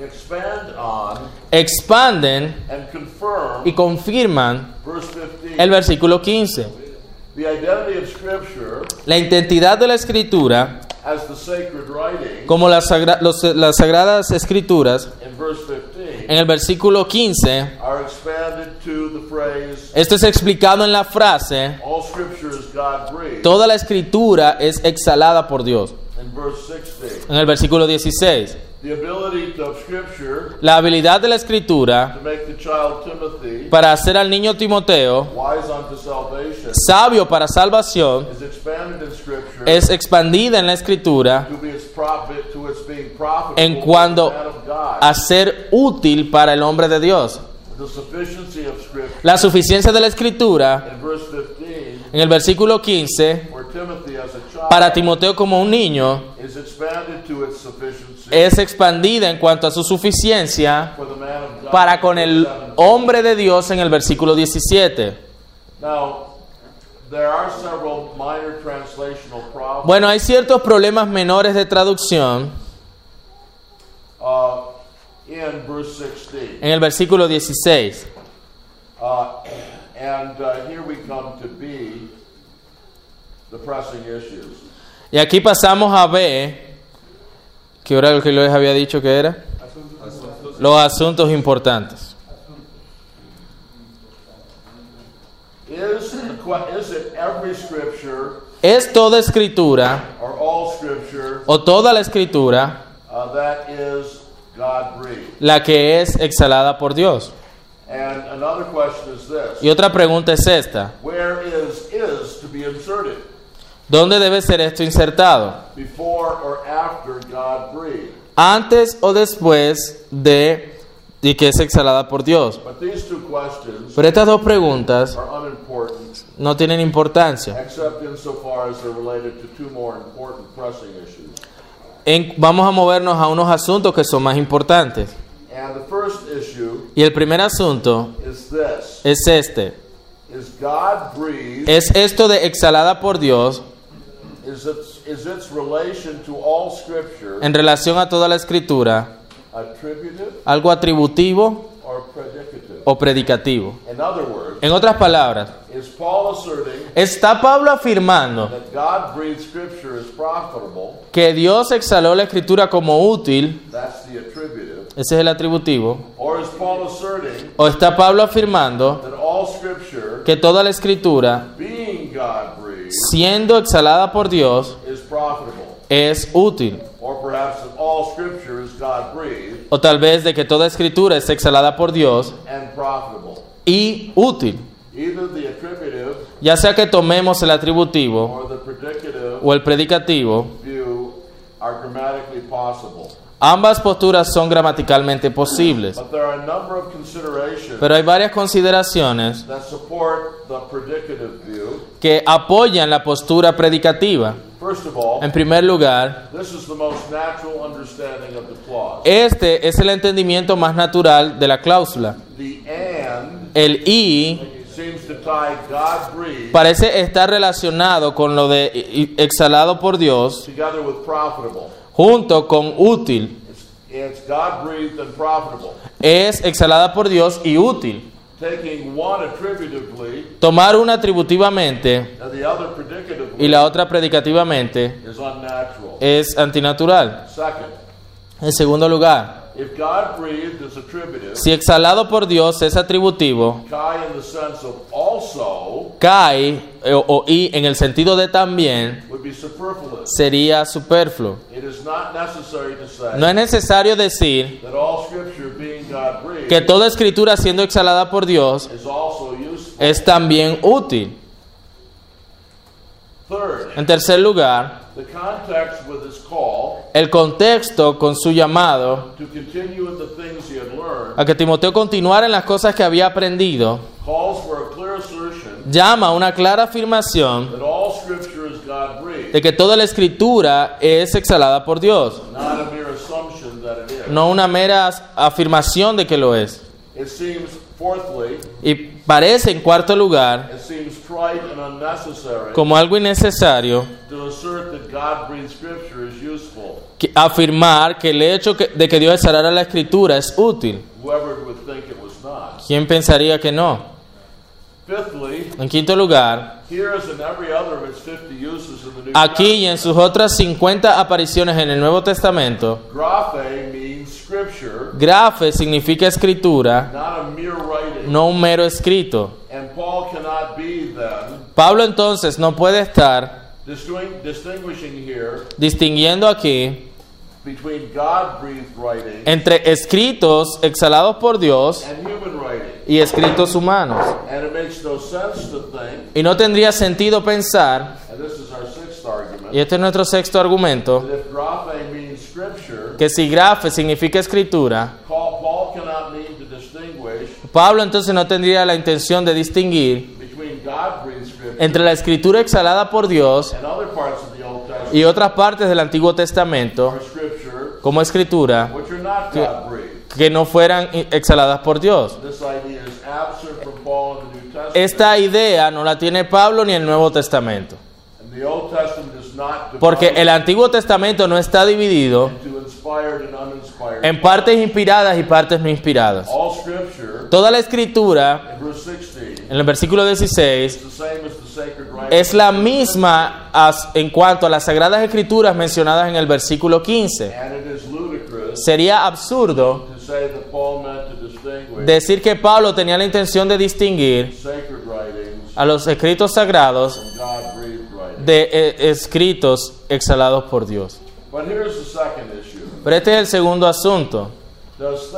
A: expand on
B: expanden
A: and confirm
B: y confirman
A: verse 15.
B: el versículo 15.
A: the identity of Scripture
B: La identidad de la escritura
A: as the sacred writing
B: como las, sagra- los- las sagradas escrituras,
A: in verse 15
B: en el versículo 15,
A: are expanded to the phrase
B: esto es explicado en la frase,
A: all Scripture is God breathed
B: toda la escritura es exhalada por Dios,
A: in verse 16.
B: en el versículo 16.
A: The ability of Scripture
B: La habilidad de la escritura
A: to make the child Timothy
B: para hacer al niño Timoteo
A: wise unto salvation
B: sabio para salvación
A: is expanded in Scripture
B: es expandida en la escritura
A: to be its profit to its being profitable
B: en cuanto
A: for the man of God.
B: a ser útil para el hombre de Dios.
A: the sufficiency of scripture
B: La suficiencia de la escritura
A: in verse 15
B: en el versículo 15
A: where Timothy as a child
B: para Timoteo como un niño
A: is expanded to its sufficiency
B: es expandida en cuanto a su suficiencia
A: for the man of God.
B: para con el
A: Verse 17.
B: hombre de Dios en el versículo 17.
A: Now there are several minor translational problems.
B: Bueno, hay ciertos problemas menores de traducción
A: uh, in verse 16.
B: en el versículo 16.
A: Uh, and uh, here we come to B, the pressing issues.
B: Y aquí pasamos a B, que era lo que yo les había dicho que era, los asuntos importantes.
A: Is, the, que- is it every scripture
B: ¿Es toda escritura
A: or all scripture
B: o toda la escritura
A: Uh, that is God breathed.
B: la que es exhalada por Dios?
A: And another question is this
B: Y otra pregunta es esta,
A: Where is is to be inserted?
B: ¿dónde debe ser esto insertado?
A: Before or after God breathed?
B: antes o después de y que es exhalada por Dios.
A: But these two questions
B: Pero estas dos preguntas
A: are unimportant
B: no tienen importancia.
A: except insofar as they're related to two more important pressing issues.
B: En- vamos a movernos a unos asuntos que son más importantes.
A: And the first issue
B: Y el primer asunto
A: is this
B: es este.
A: Is God breathed?
B: Es esto de exhalada por Dios
A: Is its, is its relation to all scripture
B: en relación a toda la escritura
A: attributive
B: algo atributivo
A: or predicative?
B: o predicativo.
A: In other words,
B: En otras palabras,
A: is Paul asserting
B: ¿está Pablo afirmando
A: that God breathed scripture is profitable,
B: que Dios exhaló la escritura como útil?
A: that's the attributive,
B: Ese es el atributivo.
A: or is Paul asserting
B: ¿O está Pablo afirmando
A: that all scripture,
B: que toda la escritura,
A: being God
B: siendo exhalada por Dios,
A: is profitable,
B: es útil.
A: or perhaps that all scripture is God breathed
B: O tal vez de que toda escritura es exhalada por Dios
A: and profitable.
B: y útil.
A: Either the attributive
B: Ya sea que tomemos el atributivo
A: or the predicative
B: o el predicativo,
A: view are grammatically possible.
B: ambas posturas son gramaticalmente posibles.
A: But there are a number of considerations
B: Pero hay varias consideraciones
A: that support the predicative view.
B: que apoyan la postura predicativa.
A: First of all,
B: En primer lugar,
A: this is the most natural understanding of the clause.
B: este es el entendimiento más natural de la cláusula.
A: The and
B: El y
A: seems to tie God breathed
B: parece estar relacionado con lo de i- i- exhalado por Dios
A: together with profitable.
B: junto con útil.
A: It's, it's God breathed and profitable.
B: Es exhalada por Dios y útil.
A: Taking one attributively
B: Tomar una atributivamente
A: and the other
B: y
A: predicatively
B: la otra predicativamente
A: is unnatural.
B: es antinatural.
A: Second,
B: En segundo lugar,
A: if God breathed is attributive,
B: si exhalado por Dios es atributivo,
A: Kai in the sense of also
B: Kai eh, o, o y en el sentido de también
A: would be superfluous.
B: sería superfluo.
A: It is not necessary to say
B: No es necesario decir
A: that all scripture being God breathed
B: que toda escritura siendo exhalada por Dios
A: is also useful.
B: es también útil.
A: Third,
B: En tercer lugar,
A: the context with his call
B: el contexto con su llamado
A: to continue in the things he had learned
B: a que Timoteo continuara en las cosas que había aprendido
A: calls for a clear assertion
B: llama a una clara afirmación
A: that all scripture is God breathed,
B: de que toda la escritura es exhalada por Dios,
A: not a mere assumption that it is.
B: no una mera as- afirmación de que lo es.
A: It seems, fourthly,
B: Y parece, en cuarto lugar,
A: it seems trite and unnecessary
B: como algo innecesario
A: to assert that God breathed scripture is useful.
B: que- afirmar que el hecho que- de que Dios exhalara la escritura es útil.
A: Whoever would think it was not.
B: ¿Quién pensaría que no?
A: Fifthly,
B: En quinto lugar,
A: here as in every other of its 50 uses in the New
B: aquí y en sus otras 50 apariciones en el Nuevo Testamento,
A: Graphe means scripture,
B: grafe significa escritura,
A: not a mere writing.
B: no un mero escrito.
A: And Paul cannot be then
B: Pablo entonces no puede estar
A: distinguing- distinguishing here
B: distinguiendo aquí
A: between God breathed writing
B: entre escritos exhalados por Dios
A: and human writing.
B: y escritos humanos.
A: And it makes no sense to think,
B: Y no tendría sentido pensar,
A: and this is our sixth
B: y
A: argument,
B: este es nuestro sexto argumento,
A: that if graphe means scripture,
B: que si grafe significa escritura,
A: Paul Paul cannot mean to distinguish
B: Pablo entonces no tendría la intención de distinguir
A: between God breathed scripture
B: entre la escritura exhalada por Dios
A: and other parts of the Old Testament
B: y otras partes del Antiguo Testamento
A: or scripture
B: como escritura
A: which are not God breathed.
B: que no fueran i- exhaladas por Dios.
A: This idea is absent from Paul in the New Testament.
B: Esta idea no la tiene Pablo ni el Nuevo Testamento,
A: and the Old Testament is not divided
B: porque el Antiguo Testamento no está dividido
A: into inspired and uninspired.
B: en partes inspiradas y partes no inspiradas.
A: All scripture,
B: Toda la escritura,
A: in verse 16,
B: en el versículo
A: is
B: 16,
A: the same as the sacred writings.
B: es la misma as- en cuanto a las sagradas escrituras mencionadas en el versículo 15.
A: And it is ludicrous
B: Sería absurdo
A: to say that Paul meant to distinguish
B: decir que Pablo tenía la intención de distinguir
A: sacred writings
B: a los escritos sagrados
A: from God breathed writings.
B: de eh, escritos exhalados por Dios.
A: But here's the second issue.
B: Pero este es el segundo asunto.
A: Does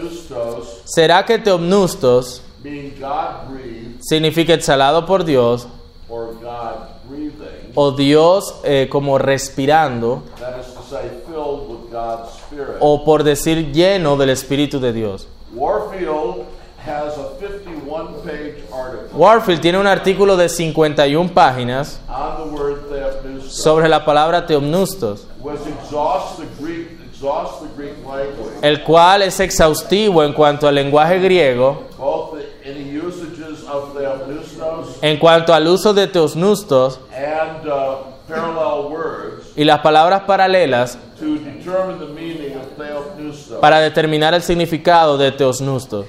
A: theopneustos
B: ¿Será que teomnustos
A: mean God breathed
B: significa exhalado por Dios
A: or God breathing?
B: o Dios eh, como respirando
A: That is to say, filled with God's Spirit.
B: o por decir lleno del Espíritu de Dios?
A: Warfield has a 51 page article
B: Warfield tiene un artículo de 51 páginas
A: on the word theopneustos,
B: sobre la palabra teomnustos,
A: which exhausts the Greek, exhausts the Greek language,
B: el cual es exhaustivo en cuanto al lenguaje griego
A: both the, any usages of theopneustos
B: En cuanto al uso de teosnustos
A: and uh, parallel words
B: y las palabras paralelas
A: to determine the meaning of theopneustos.
B: para determinar el significado de teosnustos.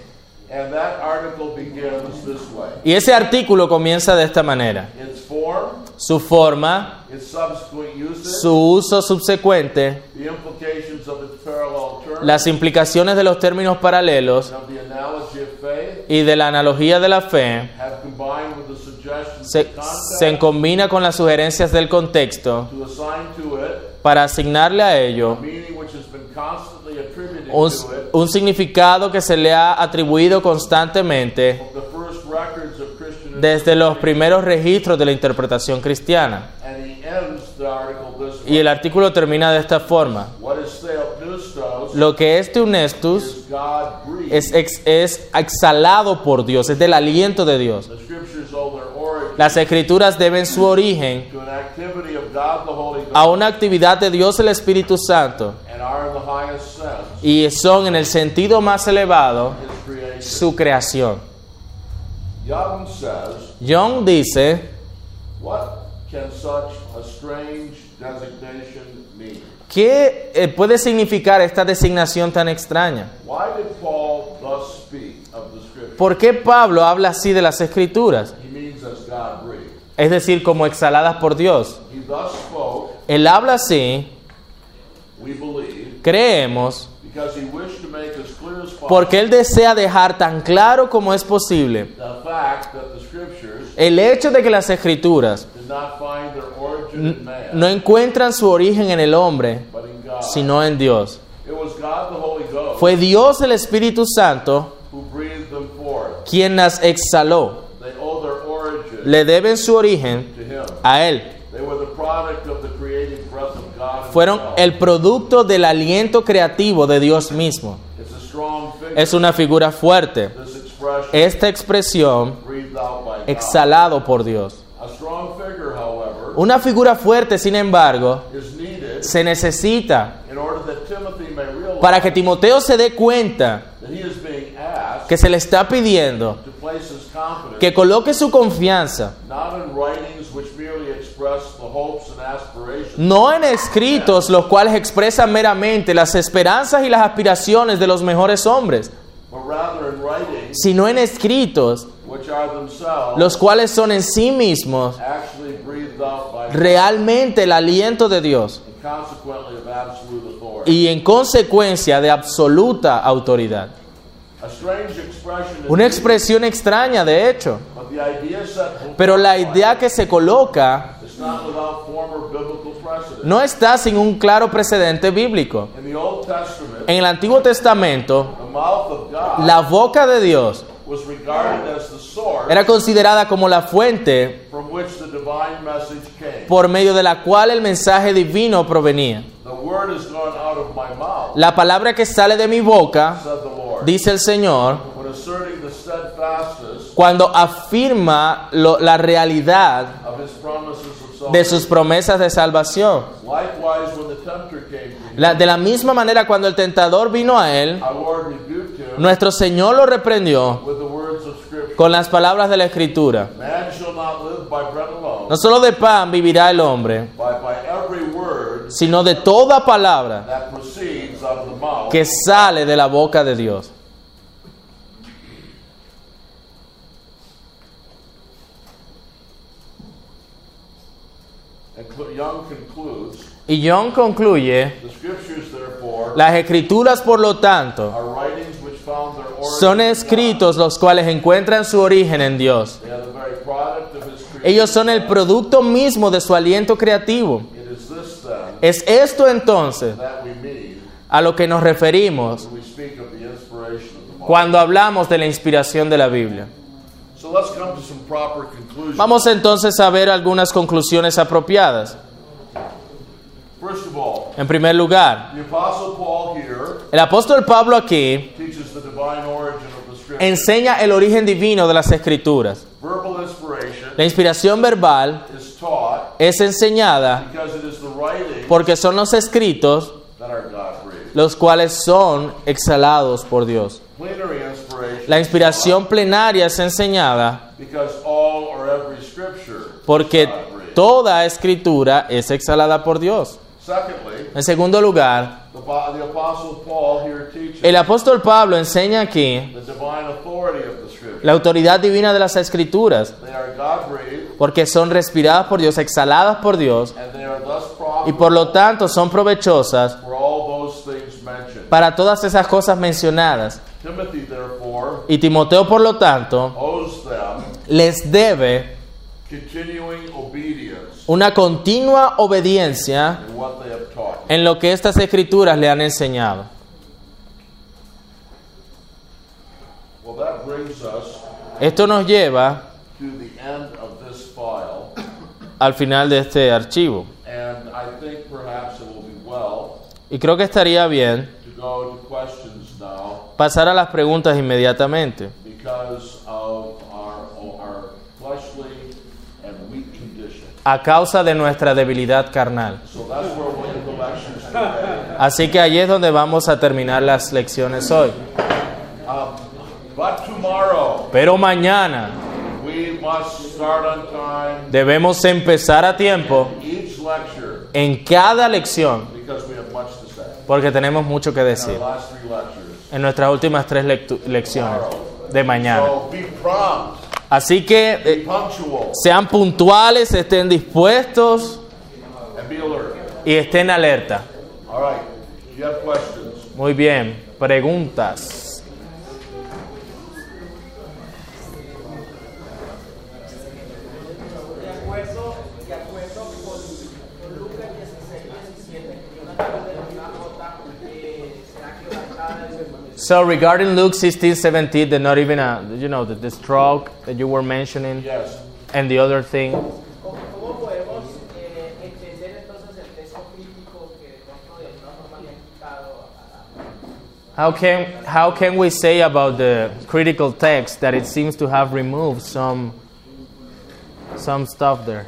A: And that article begins this way.
B: Y ese artículo comienza de esta manera.
A: Its form,
B: Su forma,
A: its subsequent usage,
B: su uso subsecuente,
A: the implications of its parallel terms,
B: las implicaciones de los términos paralelos
A: and of the analogy of faith
B: y de la analogía de la fe
A: have combined with the suggestions
B: se, se combina con las sugerencias del contexto
A: to assign to it
B: para asignarle a ello
A: a meaning which has been constantly attributed
B: un,
A: to it
B: un significado que se le ha atribuido constantemente
A: from the first records of Christian
B: desde los primeros registros de la interpretación cristiana.
A: and he ends the article this
B: Y
A: way.
B: el artículo termina de esta forma.
A: What is theopneustos
B: Lo que es
A: is
B: unestus
A: God breathed.
B: es, ex- es exhalado por Dios, es del aliento de Dios.
A: the scriptures owe their origin
B: Las escrituras deben su origen
A: to an activity of God the Holy Ghost
B: a una actividad de Dios el Espíritu Santo
A: and are in the highest sense
B: y son en el sentido más elevado
A: his creation.
B: su creación.
A: Young says,
B: Young dice,
A: What can such a strange designation mean?
B: ¿qué eh, puede significar esta designación tan extraña?
A: Why did Paul thus speak of the scripture?
B: ¿Por qué Pablo habla así de las escrituras?
A: He means as God breathed.
B: Es decir, como exhaladas por Dios.
A: He thus spoke,
B: Él habla así,
A: we believe,
B: creemos,
A: because he wished to make as clear as possible
B: porque él desea dejar tan claro como es posible
A: the fact that the scriptures
B: el hecho de que las escrituras
A: did not find their origin in man,
B: no encuentran su origen en el hombre,
A: but in God.
B: sino en Dios.
A: It was God the Holy Ghost
B: Fue Dios el Espíritu Santo
A: who breathed them forth.
B: quien las exhaló.
A: They owe their origin
B: Le deben su origen
A: to him.
B: a él.
A: They were the product of the creative breath of God.
B: Fueron
A: himself.
B: el producto del aliento creativo de Dios mismo.
A: It's a strong figure.
B: Es una figura fuerte.
A: this expression
B: Esta expresión,
A: breathed out by God.
B: exhalado por Dios.
A: A strong figure, however,
B: Una figura fuerte, sin embargo,
A: is needed
B: Oh. se necesita
A: in order that Timothy may realize
B: para que Timoteo se dé cuenta
A: that he is being asked
B: que se le está pidiendo
A: to place his confidence
B: que coloque su confianza
A: not in writings which merely express the hopes and aspirations
B: no en escritos los cuales expresan meramente las esperanzas y las aspiraciones de los mejores hombres,
A: but rather in writings
B: sino en escritos
A: which are themselves
B: los cuales son en sí mismos
A: actually breathed out by God
B: realmente el aliento de Dios
A: and consequently of absolute authority.
B: y en consecuencia de absoluta autoridad.
A: A strange expression is
B: Una
A: needed,
B: expresión extraña, de hecho,
A: but the idea set
B: pero la idea que se coloca
A: is not without former biblical precedent.
B: no está sin un claro precedente bíblico.
A: In the Old Testament,
B: En el Antiguo Testamento,
A: the mouth of God
B: la boca de Dios
A: was regarded as the source
B: era considerada como la fuente
A: from which the divine message came.
B: por medio de la cual el mensaje divino provenía.
A: The word has gone out of my mouth,
B: La palabra que sale de mi boca,
A: said the Lord.
B: dice el Señor,
A: When asserting the steadfastness
B: cuando afirma lo- la realidad
A: of his promises of
B: de
A: salvation.
B: sus promesas de salvación.
A: Likewise, when the tempter came to him,
B: La- de la misma manera, cuando el tentador vino a él,
A: our Lord rebuked him
B: nuestro Señor lo reprendió
A: with the words of Scripture.
B: con las palabras de la Escritura.
A: Man shall not live by bread alone,
B: No solo de pan vivirá el hombre,
A: but by every word
B: sino de toda palabra
A: that proceeds out of the mouth.
B: que sale de la boca de Dios.
A: And Cl- Young concludes
B: Y John concluye,
A: the Scriptures, therefore,
B: las escrituras, por lo tanto,
A: are writings which found their origin.
B: son
A: in God.
B: escritos los cuales encuentran su origen en Dios.
A: They are the very product of his creation.
B: Ellos son el producto mismo de su aliento creativo.
A: It is this then
B: Es esto entonces
A: that we mean
B: a lo que nos referimos
A: when we speak of the inspiration of the Bible.
B: cuando hablamos de la inspiración de la Biblia.
A: So let's come to some proper conclusions.
B: Vamos entonces a ver algunas conclusiones apropiadas.
A: First of all,
B: En primer lugar,
A: the Apostle Paul here
B: el apóstol Pablo aquí
A: teaches the divine origin of the Scripture.
B: enseña el origen divino de las escrituras.
A: Verbal inspiration
B: La inspiración verbal
A: is taught
B: es enseñada
A: because it is the writing
B: porque son los escritos
A: that are God breathed.
B: los cuales son exhalados por Dios.
A: Plenary inspiration
B: La
A: is
B: inspiración plenaria es enseñada
A: taught because all or every Scripture
B: porque
A: is God breathed.
B: toda escritura es exhalada por Dios.
A: Secondly,
B: En segundo lugar,
A: the, bo- the Apostle Paul here teaches
B: el apóstol Pablo enseña aquí
A: the divine authority of the Scripture.
B: la autoridad divina de las escrituras
A: They are God breathed
B: porque son respiradas por Dios, exhaladas por Dios
A: and they are thus
B: y
A: profitable
B: por lo tanto son provechosas
A: for all those things mentioned.
B: para todas esas cosas mencionadas.
A: Timothy, therefore,
B: Y Timoteo, por lo tanto,
A: owes them
B: les debe
A: continuing obedience
B: una continua obediencia
A: in what they have taught.
B: en lo que estas escrituras le han enseñado.
A: Well, that brings us
B: Esto nos lleva
A: to the end of this file,
B: al final de este archivo.
A: and I think perhaps it will be well
B: Y creo que estaría bien
A: to go to questions now
B: pasar a las preguntas inmediatamente,
A: because of our, our fleshly and weak condition.
B: a causa de nuestra debilidad carnal.
A: So that's where we'll end the lectures today.
B: Así que allí es donde vamos a terminar las lecciones hoy.
A: Um, but tomorrow,
B: Pero mañana
A: we must start on time
B: debemos empezar a tiempo
A: each lecture
B: en cada lección,
A: because we have much to say.
B: porque tenemos mucho que
A: Our
B: decir
A: last three lectures.
B: en nuestras últimas tres lectu- lecciones de mañana.
A: So be prompt,
B: Así que eh,
A: be punctual,
B: sean puntuales, estén dispuestos
A: and be alert.
B: y estén alerta.
A: All right. Do you have questions?
B: Muy bien, preguntas.
C: De acuerdo, de acuerdo con Lucas 16, 17, Jonathan de la Jota eh, será que levantada del
B: So regarding Luke 16, 17, the not even a, you know, the, the stroke that you were mentioning
A: Yes.
B: and the other thing.
C: ¿Cómo, cómo podemos eh, entender entonces el texto crítico que de pronto de alguna forma le ha quitado a la...
B: How can, how can we say about the critical text that it seems to have removed some, some stuff there?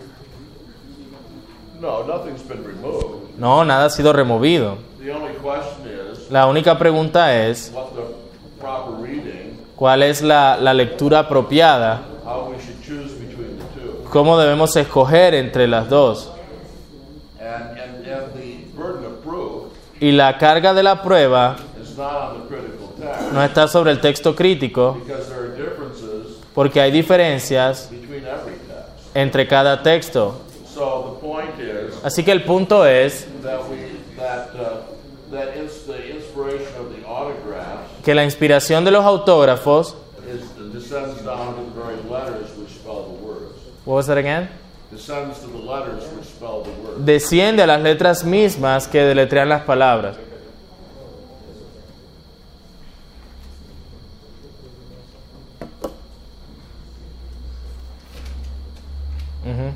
A: No, nothing's been removed.
B: No, nada ha sido removido.
A: The only question is
B: La única pregunta es,
A: what the proper reading,
B: ¿cuál es la, la lectura apropiada?
A: how we should choose between the two.
B: ¿Cómo debemos escoger entre las dos?
A: And, and, and the burden of proof
B: Y la carga de la prueba
A: is not on the critical text
B: no está sobre el texto crítico
A: because there are differences
B: porque hay diferencias
A: between every text.
B: entre cada texto.
A: So the point is
B: Así que el punto es
A: that we that uh, that is the inspiration of the autographs
B: que la inspiración de los autógrafos,
A: is descends down to the very letters which spell the words.
B: what was that again?
A: Descends to the letters which spell the words.
B: desciende a las letras mismas que deletrean las palabras. Ujú.
D: el,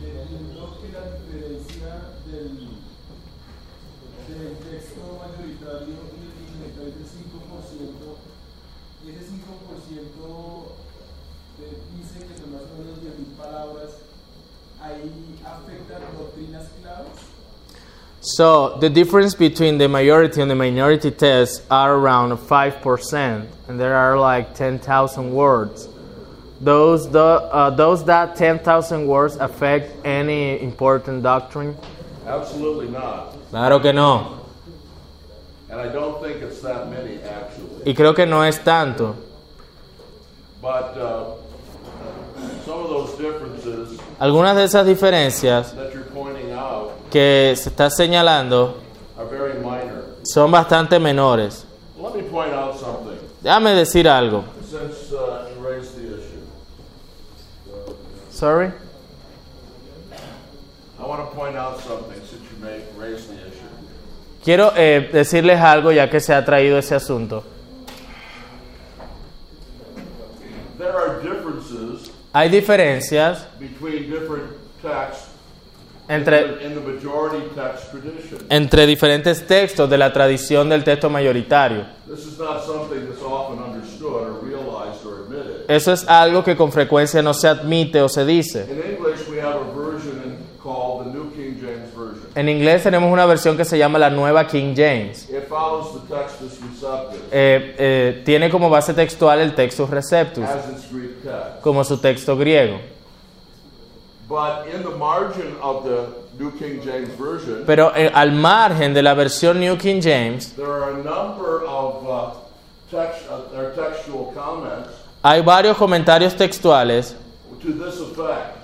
D: el bloque y la diferencia del, del texto mayoritario y el minoritario es del 5%. Ese 5% te dice que son más o menos 10.000 palabras. Ahí afectan doctrinas claves.
B: So, the difference between the majority and the minority tests are around 5%, and there are like 10,000 words. Those, the, uh, those that 10,000 words affect any important doctrine?
A: Absolutely not.
B: Claro que no.
A: And I don't think it's that many actually.
B: Y creo que no es tanto.
A: But uh, some of those differences
B: Algunas de esas diferencias
A: that you're pointing out
B: que se está señalando
A: are very minor.
B: son bastante menores.
A: Let me point out something
B: Déjame decir algo.
A: since uh, you raised the issue.
B: Sorry.
A: I want to point out something since you may raise the issue.
B: Quiero eh, decirles algo ya que se ha traído ese asunto.
A: There are differences
B: Hay diferencias
A: between different texts
B: entre,
A: in the majority text tradition.
B: entre diferentes textos de la tradición del texto mayoritario.
A: This is not something that's often understood or realized or admitted.
B: Eso es algo que con frecuencia no se admite o se dice.
A: In English, we have a version called the New King James Version.
B: En inglés tenemos una versión que se llama la Nueva King James.
A: It follows the text as receptive,
B: Eh, eh, tiene como base textual el Textus Receptus,
A: as its Greek text.
B: como su texto griego.
A: But in the margin of the New King James Version,
B: Pero eh, al margen de la versión New King James,
A: there are a number of uh, text, uh, there are textual comments
B: hay varios comentarios textuales
A: to this effect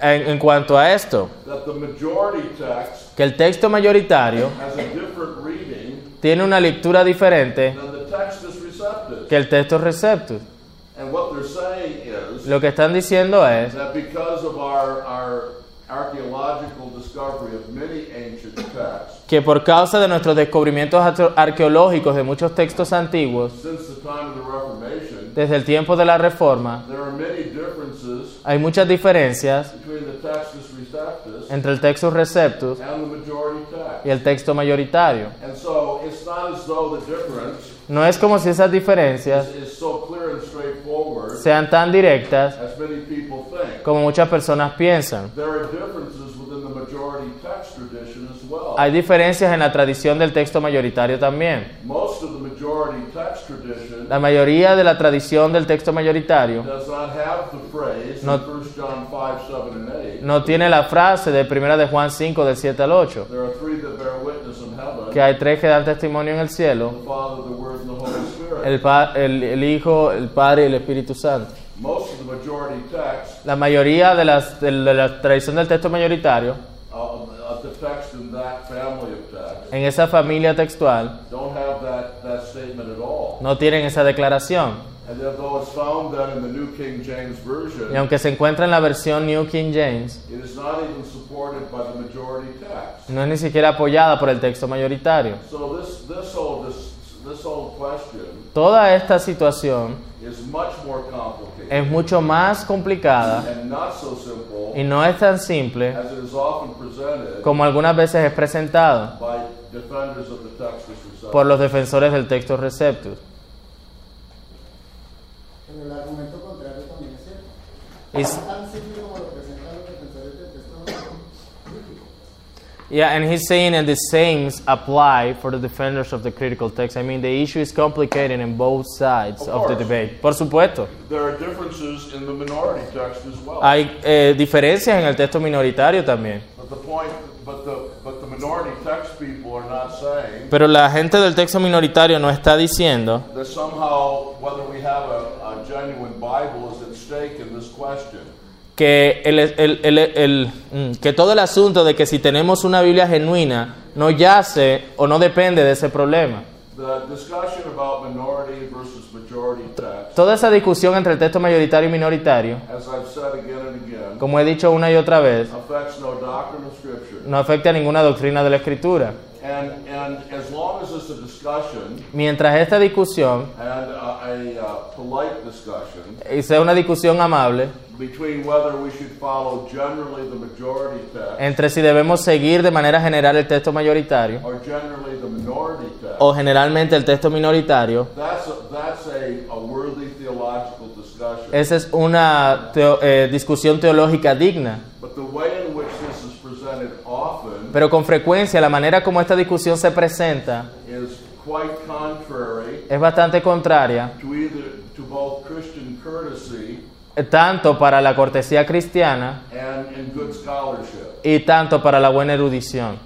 B: en, en cuanto a esto,
A: that the majority text
B: que el texto mayoritario
A: has a different reading
B: tiene una lectura diferente
A: than the text is receptive.
B: que el texto receptus.
A: And what they're saying is
B: Lo que están diciendo es
A: that because of our, our archaeological discovery of many ancient texts,
B: que por causa de nuestros descubrimientos atro- arqueológicos de muchos textos antiguos,
A: since the time of the Reformation,
B: desde el tiempo de la Reforma,
A: there are many differences
B: hay muchas diferencias
A: between the Textus Receptus
B: entre el textus receptus
A: and the majority
B: y
A: text.
B: el texto mayoritario.
A: And so it's not as though the difference
B: No es como si esas diferencias
A: is, is so clear and straightforward
B: sean tan directas
A: as many people think.
B: como muchas personas piensan.
A: There are differences within the majority text tradition as well.
B: Hay diferencias en la tradición del texto mayoritario también.
A: Most of the majority text tradition
B: La mayoría de la tradición del texto mayoritario
A: does not have the phrase in
B: No-
A: 1 John 5, 7, and 8.
B: no tiene la frase de 1 de Juan 5 del 7 al 8,
A: There are three that bear witness in heaven
B: que hay tres que dan testimonio en el cielo,
A: the Father, the Word, and the Holy Spirit.
B: el, Pa- el- el Hijo, el Padre y el Espíritu Santo.
A: Most of the majority text
B: La mayoría de, las, de la- de la tradición del texto mayoritario,
A: of, uh, of the text in that family of texts
B: en esa familia textual,
A: don't have that, that statement at all.
B: no tienen esa declaración.
A: And yet, though it's found then in the New King James Version,
B: Y aunque se encuentra en la versión New King James,
A: it is not even supported by the majority text.
B: no es ni siquiera apoyada por el texto mayoritario.
A: So this, this whole, this, this whole question
B: Toda esta situación
A: is much more complicated
B: es mucho más complicada
A: and not so simple
B: y no es tan simple
A: as it is often presented
B: como algunas veces es presentado
A: by defenders of the Textus Receptus.
B: por los defensores del texto Receptus.
E: Pero el argumento contrario también es cierto.
B: Y, s-
E: Es tan simple como lo presentan los defensores del texto.
B: yeah, and he's saying that the same apply for the defenders of the critical text. I mean, the issue is complicated in both sides
A: Of
B: of the
A: course.
B: debate. Por supuesto.
A: There are differences in the minority text as well.
B: Hay eh, diferencias en el texto minoritario también.
A: but the point, but the, but the minority text people are not saying
B: Pero la gente del texto minoritario no está diciendo
A: that somehow whether we have a, a genuine Bible is at stake in this question.
B: que, el, el- el- el- mm, que todo el asunto de que si tenemos una Biblia genuina no yace o no depende de ese problema.
A: The discussion about minority versus majority text,
B: Toda esa discusión entre el texto mayoritario y minoritario,
A: as I've said again and again,
B: como he dicho una y otra vez,
A: affects no doctrine of Scripture.
B: no afecta a ninguna doctrina de la Escritura.
A: And, and as long as it's a discussion
B: Mientras esta discusión
A: and a, a uh, polite discussion
B: y sea una discusión amable
A: between whether we should follow generally the majority text
B: entre si debemos seguir de manera general el texto mayoritario
A: or generally the minority text,
B: o generalmente el texto minoritario,
A: that's, a, that's a, a worthy theological discussion.
B: esa es una teo- eh, discusión teológica digna.
A: But the way in which this is presented often
B: Pero con frecuencia la manera como esta discusión se presenta
A: is quite contrary
B: es bastante contraria,
A: to either to both Christian courtesy
B: eh, tanto para la cortesía cristiana
A: and, and good scholarship.
B: y tanto para la buena erudición.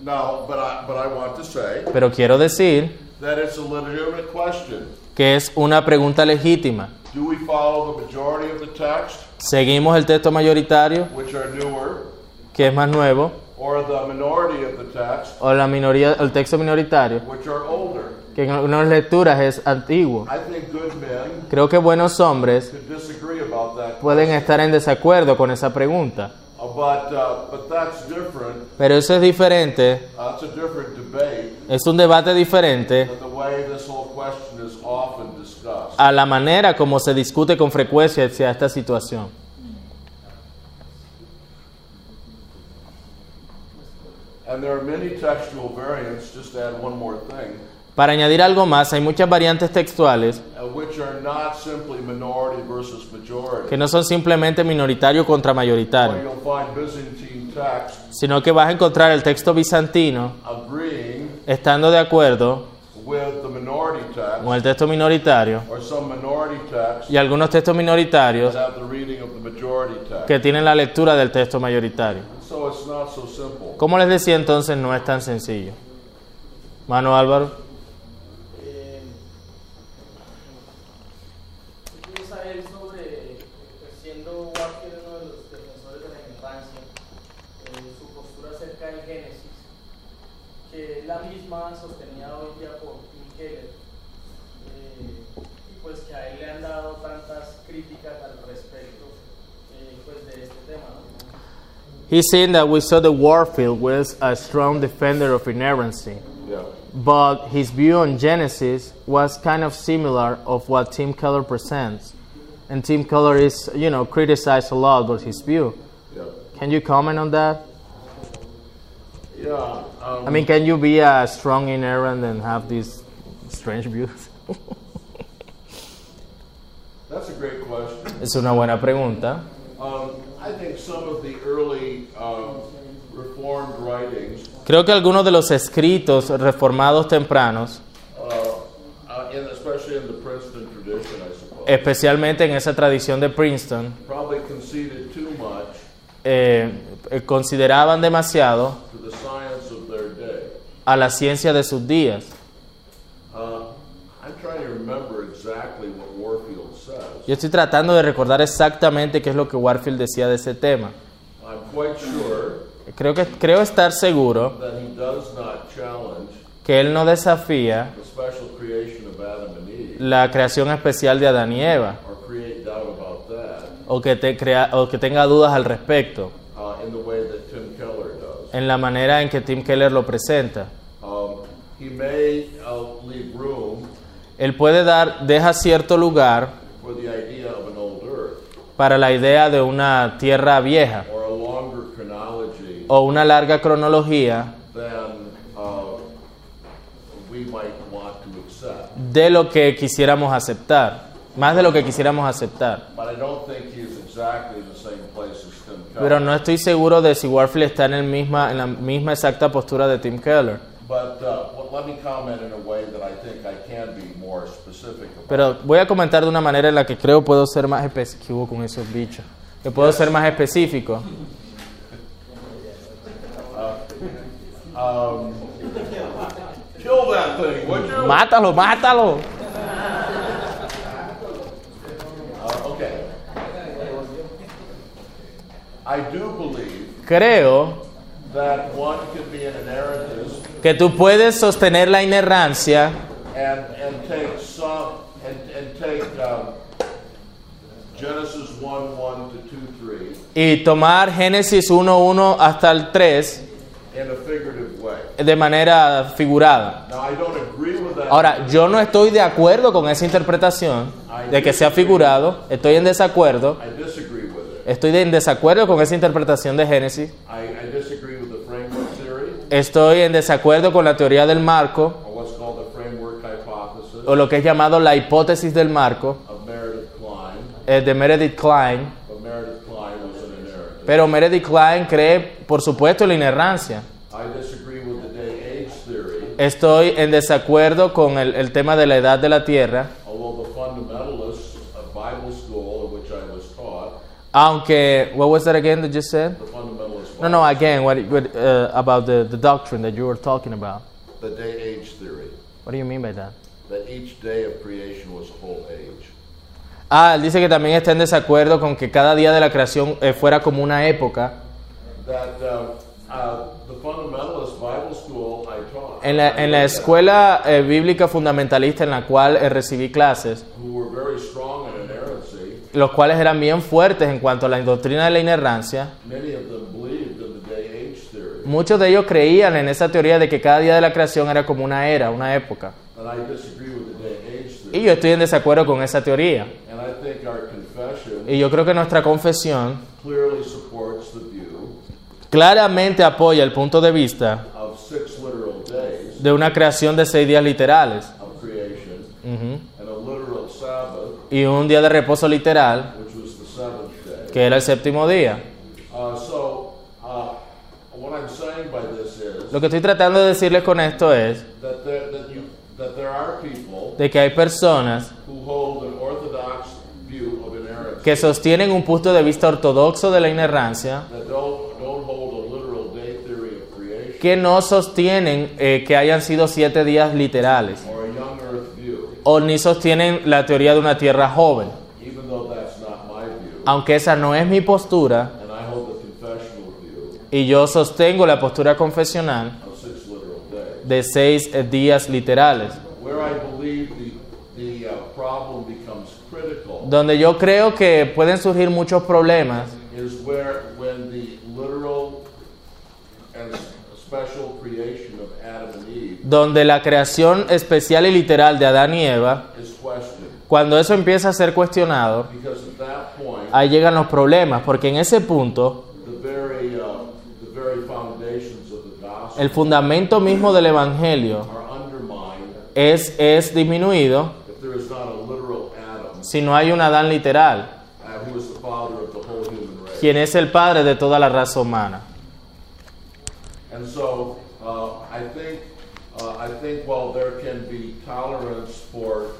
A: Now, but I, but I want to say
B: Pero quiero decir
A: that it's a legitimate question.
B: que es una pregunta legítima.
A: Do we follow the majority of the text,
B: ¿Seguimos el texto mayoritario,
A: which are newer,
B: que es más nuevo,
A: or the minority of the text,
B: o la minoría, el texto minoritario,
A: which are older?
B: que en algunas lecturas es antiguo?
A: I think good men
B: Creo que buenos hombres
A: could disagree about that,
B: pueden estar en desacuerdo con esa pregunta.
A: Uh, but uh, but that's different.
B: Pero eso es diferente,
A: Uh, it's a different debate
B: es un debate diferente
A: than the way this whole question is often discussed.
B: a la manera como se discute con frecuencia hacia esta situación.
A: And there are many textual variants. Just to add one more thing,
B: Para añadir algo más, hay muchas variantes textuales
A: uh, which are not simply minority versus majority.
B: que no son simplemente minoritario contra
A: Where
B: mayoritario,
A: you'll find Byzantine texts
B: sino que vas a encontrar el texto bizantino
A: agreeing
B: estando de acuerdo
A: with the minority text
B: con el texto minoritario
A: or some minority text
B: y algunos textos minoritarios
A: that have the reading of the majority text.
B: que tienen la lectura del texto mayoritario.
A: So it's not so simple.
B: Como les decía entonces, no es tan sencillo. Mano Álvaro,
C: Eh, Yo quiero saber sobre, pues, siendo Walker uno de los defensores de la ignorancia, eh, su postura acerca del Génesis, que es la misma sostenida hoy día por Tim Keller. Eh, pues que a él le han dado tantas críticas al respecto eh, pues de este tema, ¿no?
B: He's saying that we saw the Warfield was a strong defender of inerrancy,
A: Yeah.
B: but his view on Genesis was kind of similar of what Tim Keller presents. And Tim Keller is, you know, criticized a lot about his view.
A: Yeah.
B: Can you comment on that?
A: Yeah. Um,
B: I mean, can you be a strong inerrant and have these strange views?
A: um, that's a great question.
B: Es una buena pregunta.
A: Um, I think some of the early um, Reformed writings
B: Creo que algunos de los escritos reformados tempranos,
A: uh, uh, in, especially in the Princeton tradition, I suppose,
B: especialmente en esa tradición de Princeton,
A: probably conceded too much
B: eh, eh, consideraban demasiado
A: to the science of their day.
B: a la ciencia de sus días.
A: Uh, I'm trying to remember exactly what Warfield says.
B: Yo estoy tratando de recordar exactamente qué es lo que Warfield decía de ese tema.
A: I'm quite sure
B: Creo, que, creo estar seguro
A: that he does not challenge
B: que él no desafía
A: the special creation of Adam and Eve
B: la creación especial de Adán y Eva
A: or create doubt about that
B: o que, te crea, o que tenga dudas al respecto
A: uh, in the way that Tim Keller does.
B: en la manera en que Tim Keller lo presenta.
A: Um, he may uh, leave room
B: Él puede dar, deja cierto lugar
A: for the idea of an old earth
B: para la idea de una tierra vieja
A: or a longer chronology
B: o una larga cronología
A: than uh, we might want to accept.
B: de lo que quisiéramos aceptar, más de lo que quisiéramos aceptar.
A: But I don't think he's exactly in the same place as Tim Keller.
B: Pero no estoy seguro de si Warfield está en, el misma, en la misma exacta postura de Tim Keller.
A: But uh, well, let me comment in a way that I think I can be more specific about.
B: Pero voy a comentar de una manera en la que creo puedo ser más específico. ¿Qué hubo con esos bichos? Que puedo ser más específico.
A: Kill that thing, would you?
B: ¡Mátalo, mátalo!
A: Uh, okay. I do believe
B: Creo
A: that one can be an inerrantist
B: que tú puedes sostener la inerrancia
A: and, and take some and, and take um, Genesis 1 1 to 2 3
B: y tomar Génesis 1.1 hasta el 3
A: in a figurative way.
B: de manera figurada.
A: Now, I don't agree with that.
B: Ahora, yo no estoy de acuerdo con esa interpretación de que sea figurado, estoy en desacuerdo,
A: I disagree with it.
B: estoy en desacuerdo con esa interpretación de Génesis,
A: I, I disagree with the framework theory
B: estoy en desacuerdo con la teoría del marco
A: or what's called the framework hypothesis
B: o lo que es llamado la hipótesis del marco
A: of Meredith Klein,
B: eh, de Meredith Klein,
A: but Meredith Klein was an inerrantist.
B: pero Meredith Klein cree, por supuesto, en la inerrancia.
A: I disagree with the day age theory,
B: Estoy en desacuerdo con el, el tema de la edad de la Tierra,
A: although the fundamentalists of Bible school, which I was taught,
B: aunque, what was that again that you said?
A: the fundamentalists,
B: No, no, again, what, what, uh, about the, the doctrine that you were talking about.
A: the day age theory,
B: What do you mean by that?
A: that each day of creation was a whole age.
B: Ah, él dice que también está en desacuerdo con que cada día de la creación eh, fuera como una época.
A: That uh, uh, the fundamentalist Bible school I taught,
B: En la, en la escuela eh, bíblica fundamentalista en la cual eh, recibí clases,
A: who were very strong in inerrancy,
B: los cuales eran bien fuertes en cuanto a la doctrina de la inerrancia,
A: many of them believed in the day age theory,
B: muchos de ellos creían en esa teoría de que cada día de la creación era como una era, una época.
A: and I disagree with the day age
B: Y
A: theory.
B: yo estoy en desacuerdo con esa teoría.
A: And I think our confession
B: Y yo creo que nuestra confesión
A: clearly supports the view
B: claramente apoya el punto de vista
A: of six literal days
B: de una creación de seis días literales
A: of creation and a literal Sabbath,
B: y un día de reposo literal,
A: which was the seventh day.
B: que era el séptimo día.
A: Uh, so, uh, what I'm saying by this is
B: Lo que estoy tratando de decirles con esto es
A: that there, that you that there are people
B: de que hay personas
A: who hold an orthodox view of inerrancy
B: que sostienen un punto de vista ortodoxo de la inerrancia,
A: that don't don't hold a literal day theory of creation
B: que no sostienen eh, que hayan sido siete días literales,
A: or a young earth view,
B: o ni sostienen la teoría de una tierra joven.
A: even though that's not my view,
B: Aunque esa no es mi postura,
A: and I hold the confessional view
B: y yo sostengo la postura confesional
A: of six literal days.
B: de seis eh, días literales.
A: Where I believe the the uh, problem
B: donde yo creo que pueden surgir muchos problemas
A: is where, when the literal and s- special creation of Adam and Eve
B: donde la creación especial y literal de Adán y Eva,
A: is questioned.
B: cuando eso empieza a ser cuestionado,
A: Because at that point,
B: ahí llegan los problemas, porque en ese punto
A: the very, uh, the very foundations of the
B: el
A: gospel
B: fundamento mismo del Evangelio
A: are undermined
B: es, es disminuido
A: if there is not a literal Adam
B: si no hay un Adán literal,
A: uh, who is the father of the whole human race.
B: quien es el padre de toda la raza humana.
A: And so uh, I think uh, I think while there can be tolerance for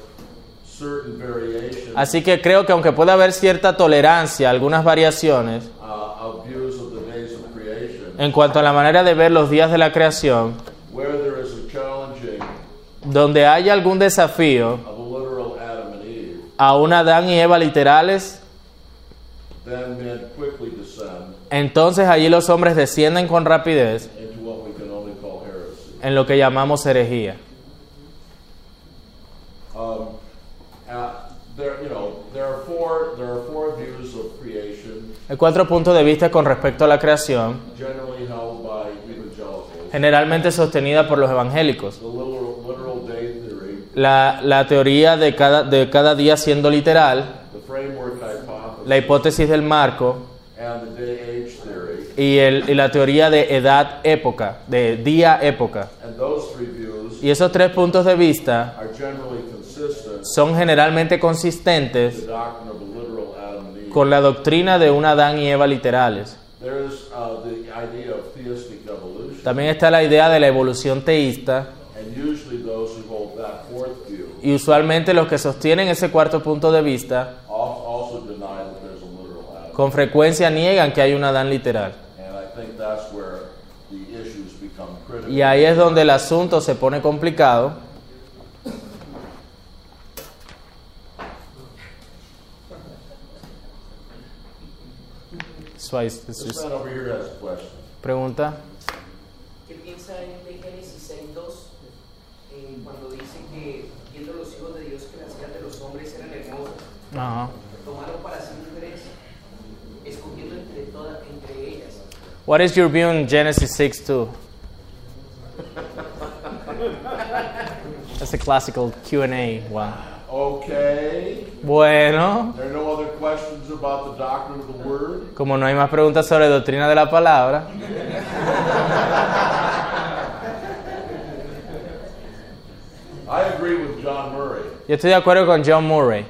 A: certain variations uh,
B: Así que creo que aunque pueda haber cierta tolerancia, algunas variaciones,
A: uh, of views of the days of creation,
B: en cuanto a la manera de ver los días de la creación,
A: where there is a challenging
B: donde haya algún desafío
A: of a literal Adam and Eve,
B: a un Adán y Eva literales,
A: then men quickly descend
B: entonces allí los hombres descienden con rapidez
A: into what we can only call heresy.
B: en lo que llamamos herejía.
A: Um, uh, there, you know, there are four there are four views of creation
B: Hay cuatro puntos de vista con respecto a la creación,
A: generally held by evangelicals:
B: generalmente sostenida por los evangélicos.
A: the literal, literal day theory,
B: La, la teoría de cada, de cada día siendo literal,
A: the framework hypothesis.
B: la hipótesis del marco
A: and the day age theory.
B: y, el- y la teoría de edad-época, de día-época.
A: And those three views
B: Y esos tres puntos de vista
A: are generally consistent
B: son generalmente
A: with
B: consistentes
A: the doctrine of the literal Adam and Eve.
B: con la doctrina de un Adán y Eva literales.
A: There's uh, the idea of theistic evolution,
B: También está la idea de la evolución teísta
A: and usually those who hold that fourth view
B: y usualmente los que sostienen ese cuarto punto de vista
A: al- also deny that there's a literal Adam.
B: con frecuencia niegan que hay un Adán literal.
A: And I think that's where the issues become critical.
B: Y ahí es donde el asunto se pone complicado. Swice, this
A: This
B: is-
A: man over here has a question.
B: Pregunta.
C: ¿Qué piensa en de Génesis 6.2? Eh, cuando dice que viendo los hijos de Dios que nacían de los hombres eran hermosos,
B: Ajá.
C: tomaron para sí mujeres, escogiendo entre todas, entre ellas.
B: What is your view in Genesis 6:2? That's a classical Q&A one.
A: Okay.
B: Bueno,
A: There are no other questions about the doctrine of the Word?
B: como no hay más preguntas sobre doctrina de la palabra,
A: I agree with John Murray.
B: yo estoy de acuerdo con John Murray.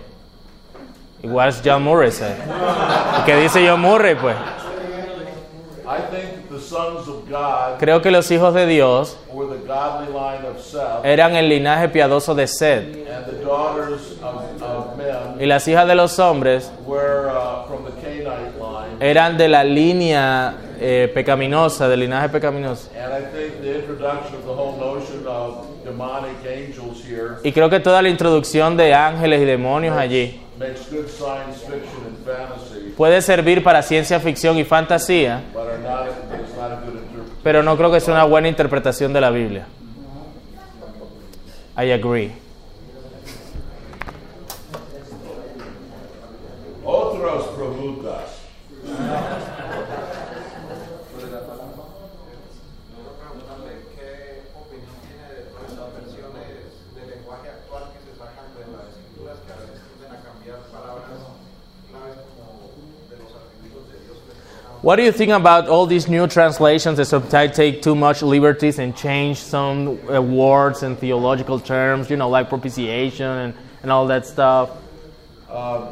B: Igual es John Murray, ¿sabes? ¿Y ¿Qué dice John Murray, pues?
A: I think the sons of God
B: Creo que los hijos de Dios
A: were the godly line of Seth,
B: eran el linaje piadoso de Sed,
A: and the daughters of, of men
B: y las hijas de los hombres
A: were uh, from the Canaanite line.
B: eran de la línea eh, pecaminosa, del linaje pecaminoso.
A: And I think the introduction of the whole notion of demonic angels here
B: Y creo que toda la introducción de ángeles y demonios allí
A: makes good science fiction and fantasy,
B: puede servir para ciencia ficción y fantasía,
A: but are not, but it's not a good interpretation.
B: pero no creo que sea una buena interpretación de la Biblia. I agree.
A: Otros preguntas.
E: Sobre la palabra.
F: Quiero preguntarle qué opinión tiene de todas las versiones del lenguaje actual que se sacan de las escrituras, que a veces tienden a cambiar palabras claves como de los atributos de Dios. les colocan
B: What do you think about all these new translations that sometimes take too much liberties and change some uh, words and theological terms, you know, like propitiation and, and all that stuff?
A: Um,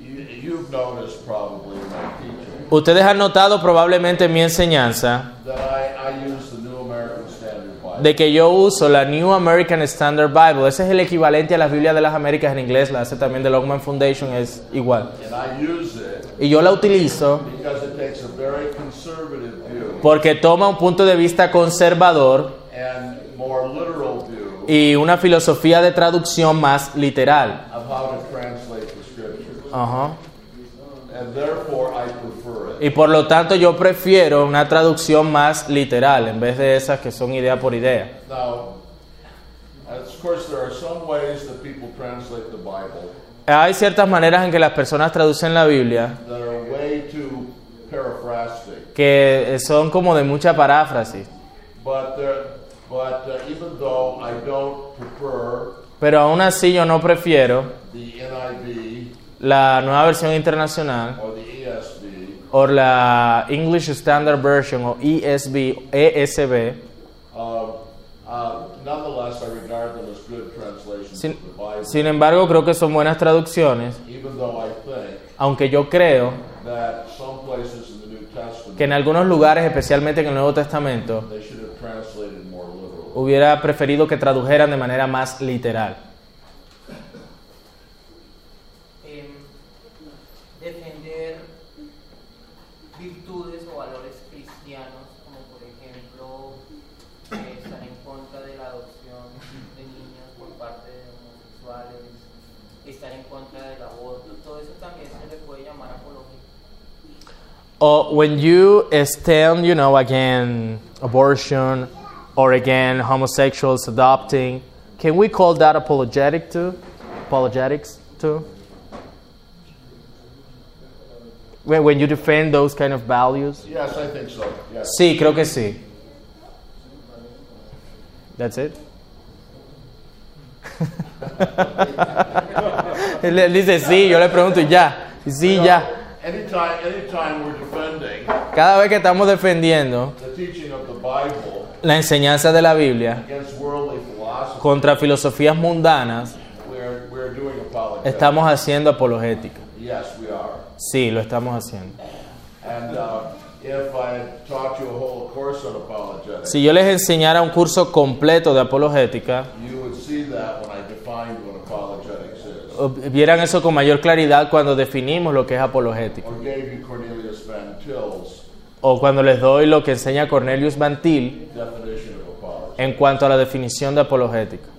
A: you, you've noticed probably in my teaching
B: Ustedes han notado probablemente en mi enseñanza
A: that I, I use the New American Standard Bible.
B: de que yo uso la New American Standard Bible. Ese es el equivalente a la Biblia de las Américas en inglés, la hace también de Longman Foundation, es igual.
A: And I use it
B: Y yo la utilizo
A: because it takes a very conservative view
B: porque toma un punto de vista conservador
A: and more literal view
B: y una filosofía de traducción más literal.
A: of how to translate the scriptures.
B: Ajá.
A: And therefore, I prefer it.
B: Y por lo tanto yo prefiero una traducción más literal en vez de esas que son idea por idea.
A: Now, of course, there are some ways that people translate the Bible
B: hay ciertas maneras en que las personas traducen la Biblia
A: that are way too paraphrastic.
B: que eh, son como de mucha paráfrasis.
A: But there, but uh, even though I don't prefer
B: Pero aún así yo no prefiero
A: the NIV
B: la nueva versión internacional
A: or the ESV,
B: o la English Standard Version o E ESB, ESB
A: uh, uh, nonetheless, I regard them as good translations
B: Sin-
A: of the Bible.
B: Sin embargo, creo que son buenas traducciones,
A: even though I think
B: aunque yo creo
A: that some places in the New
B: que en
A: Testament
B: algunos lugares, especialmente en el Nuevo Testamento,
A: they should have translated more literally.
B: hubiera preferido que tradujeran de manera más literal.
C: em, defender virtudes o valores cristianos, como por ejemplo eh, estar en contra de la adopción de niños por parte de homosexuales, estar en contra del aborto, todo eso también se le puede llamar apología.
B: O when you stand, you know, against abortion or against homosexuals adopting, can we call that apologetic too? Apologetics too? When, when you defend those kind of values?
A: Yes, I think so. Yes.
B: Sí, creo que sí. That's it. Él le dice sí, yo le pregunto y ya. Sí,
A: You know,
B: ya.
A: Anytime, anytime we're defending
B: Cada vez que estamos defendiendo
A: the teaching of the Bible
B: la enseñanza de la Biblia
A: against worldly philosophy,
B: contra filosofías mundanas,
A: we're, we're doing apologetics.
B: estamos haciendo apologética.
A: Yes, we are.
B: Sí, lo estamos haciendo.
A: And uh, if I had taught you a whole course on apologetics,
B: Si yo les enseñara un curso completo de apologética,
A: you would see that when I defined what apologetics is,
B: ob- vieran eso con mayor claridad cuando definimos lo que es apologética.
A: or gave you Cornelius Van Til's
B: o cuando les doy lo que enseña Cornelius Bantil
A: definition of apologetics.
B: en cuanto a la definición de apologética.